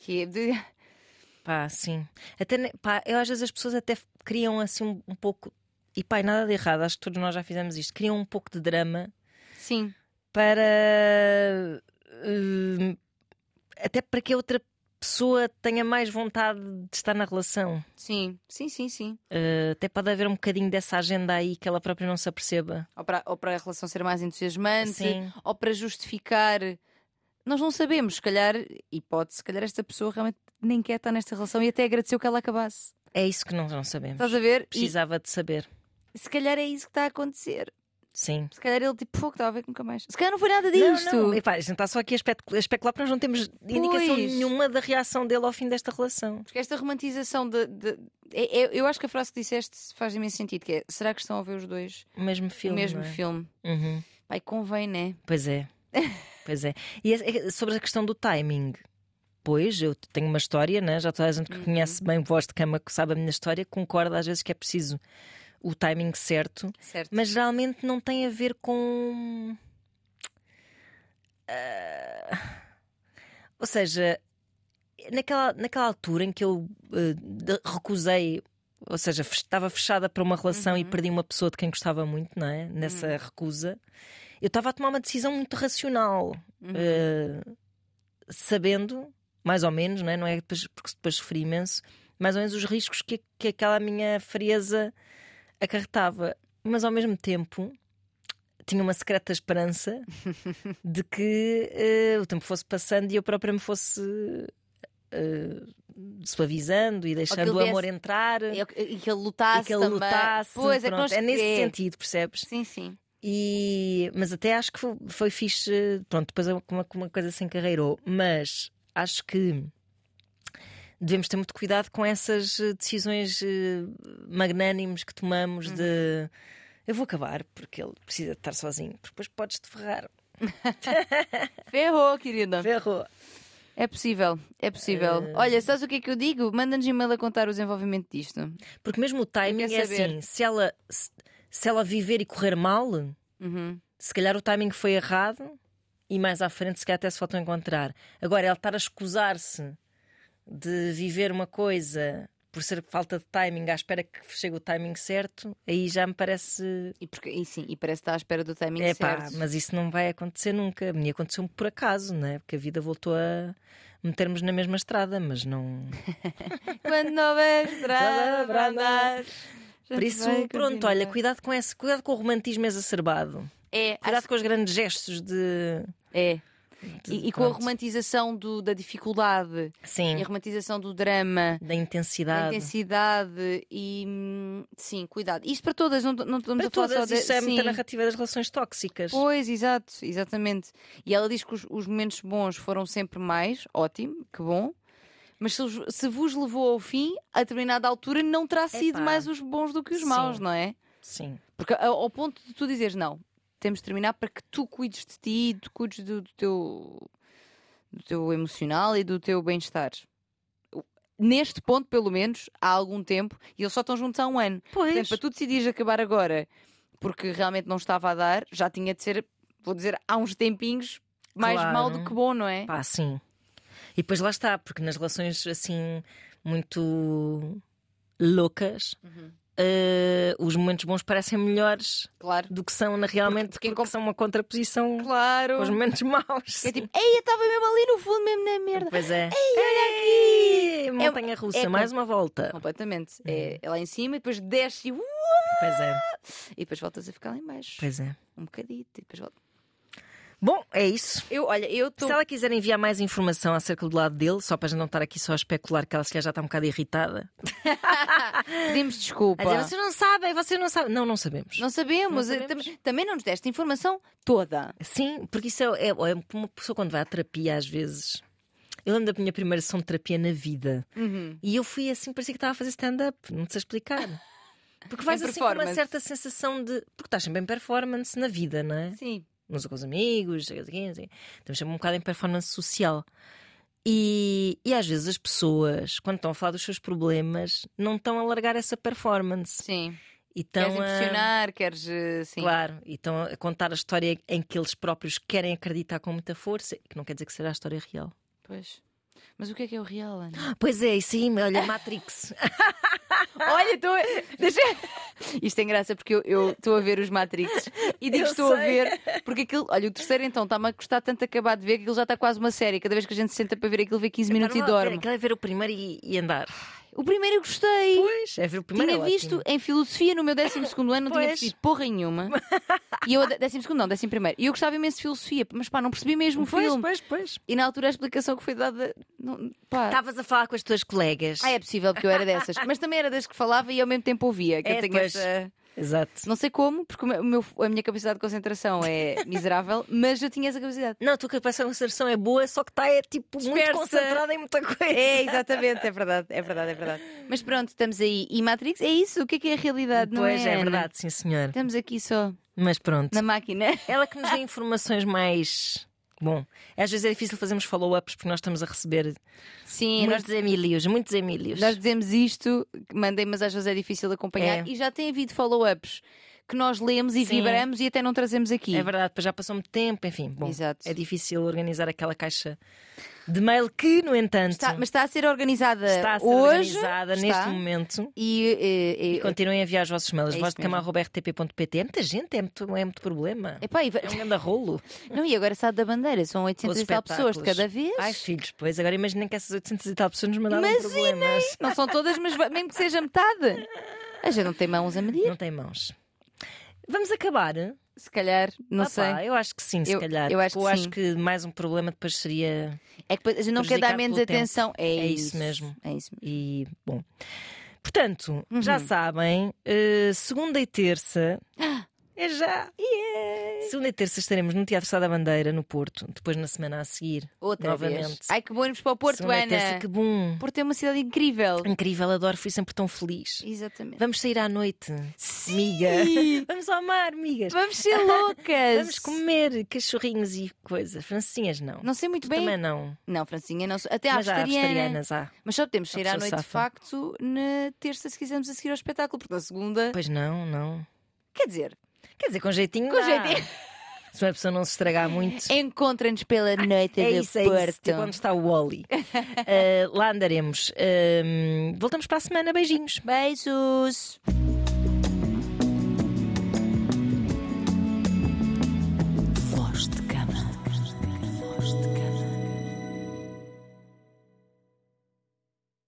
[SPEAKER 2] que é de...
[SPEAKER 1] pá, sim. Até, ne- pá, eu às vezes as pessoas até f- criam assim um, um pouco, e pá, e nada de errado, acho que todos nós já fizemos isto, criam um pouco de drama
[SPEAKER 2] Sim,
[SPEAKER 1] para. hum, até para que a outra pessoa tenha mais vontade de estar na relação.
[SPEAKER 2] sim, sim, sim, sim.
[SPEAKER 1] Eh, até pode haver um bocadinho dessa agenda aí que ela própria não se aperceba.
[SPEAKER 2] Ou para, ou para a relação ser mais entusiasmante,
[SPEAKER 1] Sim.
[SPEAKER 2] ou para justificar. Nós não sabemos, se calhar, e pode, se calhar esta pessoa realmente nem quer estar nesta relação e até agradeceu que ela acabasse.
[SPEAKER 1] É isso que nós não sabemos.
[SPEAKER 2] Estás a ver? E
[SPEAKER 1] Precisava de saber.
[SPEAKER 2] se calhar é isso que está a acontecer.
[SPEAKER 1] Sim.
[SPEAKER 2] Se calhar ele tipo, fogo, estava a ver que nunca mais. Se calhar não foi nada
[SPEAKER 1] Não,
[SPEAKER 2] disto.
[SPEAKER 1] não, epá, a gente está só aqui a especu- a especular porque nós não temos indicação
[SPEAKER 2] Pois.
[SPEAKER 1] nenhuma da reação dele ao fim desta relação.
[SPEAKER 2] Porque esta romantização de. de- é- é- eu acho que a frase que disseste faz imenso sentido, que é será que estão a ver os dois
[SPEAKER 1] O mesmo
[SPEAKER 2] o
[SPEAKER 1] filme.
[SPEAKER 2] mesmo
[SPEAKER 1] não é?
[SPEAKER 2] filme?
[SPEAKER 1] Uhum.
[SPEAKER 2] Pai, convém, né?
[SPEAKER 1] Pois é. pois é. E é- é sobre a questão do timing. Pois, eu tenho uma história, né? já toda a gente que
[SPEAKER 2] Uhum.
[SPEAKER 1] conhece bem voz de cama, que sabe a minha história, concorda às vezes que é preciso o timing certo,
[SPEAKER 2] Certo.
[SPEAKER 1] mas geralmente não tem a ver com. Ah, Ou seja, naquela, naquela altura em que eu eh, de- recusei, ou seja, fech- estava fechada para uma relação e perdi uma pessoa de quem gostava muito, não é? Nessa recusa, eu estava a tomar uma decisão muito racional, eh, sabendo, mais ou menos, não é? Não é depois- porque depois sofri imenso, mais ou menos os riscos que, que aquela minha frieza acarretava. Mas ao mesmo tempo. Tinha uma secreta esperança de que eh, o tempo fosse passando e eu própria me fosse eh, suavizando e deixando o
[SPEAKER 2] desse-
[SPEAKER 1] amor entrar
[SPEAKER 2] E é que- e que ele
[SPEAKER 1] e
[SPEAKER 2] lutasse
[SPEAKER 1] que ele
[SPEAKER 2] também.
[SPEAKER 1] lutasse.
[SPEAKER 2] Pois é, que
[SPEAKER 1] pronto,
[SPEAKER 2] nós...
[SPEAKER 1] é nesse sentido, percebes?
[SPEAKER 2] Sim, sim.
[SPEAKER 1] E, mas até acho que foi, foi fixe. eh, Pronto, depois é uma, uma coisa se encarreirou, mas acho que devemos ter muito cuidado com essas eh, decisões eh, magnânimes que tomamos de eu vou acabar porque ele precisa de estar sozinho, porque depois podes te ferrar.
[SPEAKER 2] Ferrou, querida.
[SPEAKER 1] Ferrou.
[SPEAKER 2] É possível, é possível.
[SPEAKER 1] Eh.
[SPEAKER 2] Olha, sabes o que é que eu digo? Manda-nos e-mail a contar o desenvolvimento disto.
[SPEAKER 1] Porque mesmo o timing
[SPEAKER 2] quero
[SPEAKER 1] é
[SPEAKER 2] saber.
[SPEAKER 1] assim, se ela, se, se ela viver e correr mal,
[SPEAKER 2] Uhum.
[SPEAKER 1] se calhar o timing foi errado e mais à frente se calhar até se voltam a encontrar. Agora, ela estar a escusar-se de viver uma coisa por ser falta de timing à espera que chegue o timing certo, aí já me parece.
[SPEAKER 2] E, porque, e sim, e parece que está à espera do timing
[SPEAKER 1] É pá,
[SPEAKER 2] certo.
[SPEAKER 1] mas isso não vai acontecer nunca. A minha aconteceu-me por acaso, né? Porque a vida voltou a metermos na mesma estrada, mas não.
[SPEAKER 2] Quando não houver estrada para andar. já
[SPEAKER 1] Por
[SPEAKER 2] se
[SPEAKER 1] isso,
[SPEAKER 2] vai
[SPEAKER 1] pronto,
[SPEAKER 2] continuar.
[SPEAKER 1] olha, cuidado com esse, cuidado com o romantismo exacerbado.
[SPEAKER 2] É,
[SPEAKER 1] Cuidado
[SPEAKER 2] acho
[SPEAKER 1] com os grandes gestos de.
[SPEAKER 2] É. E, e com a
[SPEAKER 1] Pronto.
[SPEAKER 2] romantização do- da dificuldade, e
[SPEAKER 1] Sim,
[SPEAKER 2] a romantização do drama,
[SPEAKER 1] da
[SPEAKER 2] da
[SPEAKER 1] intensidade.
[SPEAKER 2] intensidade e. hum, Sim, cuidado. Isto para todas, não, não estamos
[SPEAKER 1] Para
[SPEAKER 2] a falar
[SPEAKER 1] todas,
[SPEAKER 2] só de.
[SPEAKER 1] isso é muita
[SPEAKER 2] sim.
[SPEAKER 1] narrativa das relações tóxicas.
[SPEAKER 2] Pois, exato, exatamente. E ela diz que os, os momentos bons foram sempre mais, ótimo, que bom. Mas se, os- se vos levou ao fim, a determinada altura não terá sido mais os bons do que os
[SPEAKER 1] Sim.
[SPEAKER 2] maus, não é?
[SPEAKER 1] Sim.
[SPEAKER 2] Porque a- ao ponto de tu dizeres não, temos de terminar para que tu cuides de ti, tu cuides do, do teu do teu emocional e do teu bem-estar. O- Neste ponto, pelo menos, há algum tempo, e eles só estão juntos há um ano. Portanto,
[SPEAKER 1] Pois.
[SPEAKER 2] para tu decidires acabar agora, porque realmente não estava a dar, já tinha de ser, vou dizer, há uns tempinhos mais
[SPEAKER 1] Claro.
[SPEAKER 2] mal do que bom, não é?
[SPEAKER 1] Pá, sim. E depois lá está, porque nas relações assim muito loucas,
[SPEAKER 2] Uhum.
[SPEAKER 1] eh, os momentos bons parecem melhores
[SPEAKER 2] Claro.
[SPEAKER 1] do que são na- realmente,
[SPEAKER 2] porque
[SPEAKER 1] porque,
[SPEAKER 2] em
[SPEAKER 1] são uma contraposição
[SPEAKER 2] Claro.
[SPEAKER 1] com os momentos maus.
[SPEAKER 2] É tipo, ei, eu estava mesmo ali no fundo, mesmo na merda.
[SPEAKER 1] Pois é.
[SPEAKER 2] Ei,
[SPEAKER 1] Ei, Montanha russa,
[SPEAKER 2] é com-
[SPEAKER 1] mais uma volta.
[SPEAKER 2] Completamente. É, é lá em cima e depois desce e uh,
[SPEAKER 1] Pois é,
[SPEAKER 2] E depois voltas a ficar lá em baixo.
[SPEAKER 1] pois é.
[SPEAKER 2] Um bocadito. E depois voltas.
[SPEAKER 1] Bom, é isso.
[SPEAKER 2] Eu, olha, eu estou.
[SPEAKER 1] Se ela quiser enviar mais informação acerca do lado dele, só para a gente não estar aqui só a especular que ela se calhar já está um bocado irritada.
[SPEAKER 2] Pedimos desculpa.
[SPEAKER 1] A dizer, vocês não sabem, vocês não sabem. Não, não sabemos.
[SPEAKER 2] Não sabemos.
[SPEAKER 1] Não
[SPEAKER 2] eh, tam-
[SPEAKER 1] sabemos.
[SPEAKER 2] também não nos deste a informação toda.
[SPEAKER 1] Sim, porque isso é, é, é uma pessoa quando vai à terapia às vezes. Eu lembro da minha primeira sessão de terapia na vida
[SPEAKER 2] Uhum.
[SPEAKER 1] e eu fui assim, parecia que estava a fazer stand-up, não sei explicar. Porque vais assim com uma
[SPEAKER 2] performance.
[SPEAKER 1] certa sensação de. Porque estás sempre em performance na vida, não é?
[SPEAKER 2] Sim.
[SPEAKER 1] Nos com os amigos, sei lá, sei lá, sei lá. estamos sempre um bocado em performance social. E, e às vezes as pessoas, quando estão a falar dos seus problemas, não estão a largar essa performance.
[SPEAKER 2] Sim.
[SPEAKER 1] E estão
[SPEAKER 2] queres
[SPEAKER 1] a-
[SPEAKER 2] impressionar, queres. eh, Sim.
[SPEAKER 1] Então, Claro, e estão a contar a história em que eles próprios querem acreditar com muita força, que não quer dizer que será a história real.
[SPEAKER 2] Pois. Mas o que é que é o real, Ana?
[SPEAKER 1] Pois é, isso aí, olha, Matrix.
[SPEAKER 2] Olha, estou. a- Deixa... Isto tem graça porque eu- eu estou a ver os Matrix e
[SPEAKER 1] Eu
[SPEAKER 2] digo que estou a
[SPEAKER 1] sei.
[SPEAKER 2] ver porque aquilo. Olha, o terceiro então está-me a custar tanto acabar de ver que aquilo já está quase uma série. Cada vez que a gente se senta para ver aquilo, vê 15 minutos e dorme.
[SPEAKER 1] Aquela é ver o primeiro e, e andar.
[SPEAKER 2] O primeiro eu gostei.
[SPEAKER 1] Pois, é ver o primeiro.
[SPEAKER 2] tinha
[SPEAKER 1] é
[SPEAKER 2] visto
[SPEAKER 1] ótimo.
[SPEAKER 2] em filosofia no meu 12 ano, não tinha
[SPEAKER 1] Pois.
[SPEAKER 2] percebido porra nenhuma. E eu, 12 não, 11 primeiro. E eu gostava imenso de filosofia, mas pá, não percebi mesmo o
[SPEAKER 1] Pois,
[SPEAKER 2] filme.
[SPEAKER 1] pois, pois.
[SPEAKER 2] E na altura a explicação que foi dada. Não, pá. é
[SPEAKER 1] Estavas a falar com as tuas colegas.
[SPEAKER 2] Ah, é possível, porque eu era dessas. Mas também era das que falava e ao mesmo tempo ouvia. Que
[SPEAKER 1] É,
[SPEAKER 2] eu tenho
[SPEAKER 1] pois.
[SPEAKER 2] essa.
[SPEAKER 1] Exato.
[SPEAKER 2] Não sei como, porque o meu- a minha capacidade de concentração é miserável, mas eu tinha essa capacidade.
[SPEAKER 1] Não, a tua capacidade de concentração é boa, só que está é, tipo, muito
[SPEAKER 2] Dispersa.
[SPEAKER 1] concentrada em muita coisa.
[SPEAKER 2] É, exatamente, é verdade, é verdade, é verdade. Mas pronto, estamos aí. E Matrix é isso, o que é que é a realidade, não é?
[SPEAKER 1] Pois é,
[SPEAKER 2] Ana?
[SPEAKER 1] verdade, sim, senhor.
[SPEAKER 2] Estamos aqui só
[SPEAKER 1] Mas pronto.
[SPEAKER 2] na máquina.
[SPEAKER 1] Ela que nos dê informações mais. Bom, às vezes é difícil fazermos follow-ups porque nós estamos a receber
[SPEAKER 2] Sim, nós,
[SPEAKER 1] muitos Emílios, muitos Emílios.
[SPEAKER 2] nós dizemos isto, que mandei, mas às vezes é difícil acompanhar.
[SPEAKER 1] É.
[SPEAKER 2] E já tem havido follow-ups que nós lemos e
[SPEAKER 1] Sim.
[SPEAKER 2] vibramos e até não trazemos aqui.
[SPEAKER 1] É verdade, pois já passou muito tempo, enfim. Bom,
[SPEAKER 2] Exato.
[SPEAKER 1] é difícil organizar aquela caixa de mail que, no entanto,
[SPEAKER 2] Está- mas está a ser organizada
[SPEAKER 1] está a ser
[SPEAKER 2] hoje.
[SPEAKER 1] organizada
[SPEAKER 2] está.
[SPEAKER 1] neste momento.
[SPEAKER 2] E, eh, eh,
[SPEAKER 1] Continuem a enviar os vossos mails,
[SPEAKER 2] É
[SPEAKER 1] voz
[SPEAKER 2] isso
[SPEAKER 1] de É muita gente, é muito, é muito problema.
[SPEAKER 2] epá, e va-
[SPEAKER 1] É um grande rolo.
[SPEAKER 2] não, e agora sabe da bandeira, são 800 e tal pessoas de
[SPEAKER 1] espetáculos.
[SPEAKER 2] cada vez.
[SPEAKER 1] Ai, filhos, pois agora imaginem que essas 800 e tal pessoas nos mandaram
[SPEAKER 2] Imaginem!
[SPEAKER 1] problemas.
[SPEAKER 2] Não são todas, mas va- mesmo que seja metade. A gente não tem mãos a medir.
[SPEAKER 1] Não tem mãos. Vamos acabar?
[SPEAKER 2] Se calhar, não
[SPEAKER 1] Ah,
[SPEAKER 2] sei.
[SPEAKER 1] pá, eu acho que sim, se
[SPEAKER 2] Eu-
[SPEAKER 1] calhar.
[SPEAKER 2] eu acho
[SPEAKER 1] Porque
[SPEAKER 2] que
[SPEAKER 1] acho
[SPEAKER 2] sim.
[SPEAKER 1] que mais um problema depois seria.
[SPEAKER 2] É que a gente não quer
[SPEAKER 1] Prejudicado
[SPEAKER 2] dar menos
[SPEAKER 1] pelo tempo.
[SPEAKER 2] atenção. É,
[SPEAKER 1] É isso mesmo.
[SPEAKER 2] É isso mesmo.
[SPEAKER 1] E, bom. Portanto,
[SPEAKER 2] Uhum.
[SPEAKER 1] já sabem, eh, segunda e terça. É já! Segunda e terça estaremos no Teatro Sá da Bandeira, no Porto. Depois, na semana a seguir,
[SPEAKER 2] Outra
[SPEAKER 1] novamente.
[SPEAKER 2] vez. Ai, que bom irmos para o Porto,
[SPEAKER 1] segunda e
[SPEAKER 2] Ana.
[SPEAKER 1] terça, que bom!
[SPEAKER 2] Porto é uma cidade incrível.
[SPEAKER 1] Incrível, adoro, fui sempre tão feliz.
[SPEAKER 2] Exatamente.
[SPEAKER 1] Vamos sair à noite,
[SPEAKER 2] Sim!
[SPEAKER 1] miga! Vamos ao mar, migas!
[SPEAKER 2] Vamos ser loucas.
[SPEAKER 1] Vamos comer cachorrinhos e coisas. Francinhas, não.
[SPEAKER 2] Não sei muito bem.
[SPEAKER 1] Também não.
[SPEAKER 2] Não, Francinha, não sou. Até à
[SPEAKER 1] Mas é há
[SPEAKER 2] vegetariana.
[SPEAKER 1] vegetarianas, há.
[SPEAKER 2] Mas só podemos sair à
[SPEAKER 1] pessoa
[SPEAKER 2] noite de
[SPEAKER 1] safa.
[SPEAKER 2] facto na terça se quisermos a seguir ao espetáculo, porque na segunda.
[SPEAKER 1] Pois não, não.
[SPEAKER 2] Quer dizer,
[SPEAKER 1] Quer dizer, com jeitinho.
[SPEAKER 2] Com
[SPEAKER 1] dá.
[SPEAKER 2] jeitinho.
[SPEAKER 1] Se uma pessoa não se estragar muito.
[SPEAKER 2] encontra-nos pela noite
[SPEAKER 1] É
[SPEAKER 2] do
[SPEAKER 1] isso, é
[SPEAKER 2] Porto.
[SPEAKER 1] isso. Tipo onde está o Wally. Eh, Ehm, lá andaremos. Ahm, voltamos para a semana. Beijinhos.
[SPEAKER 2] Beijos.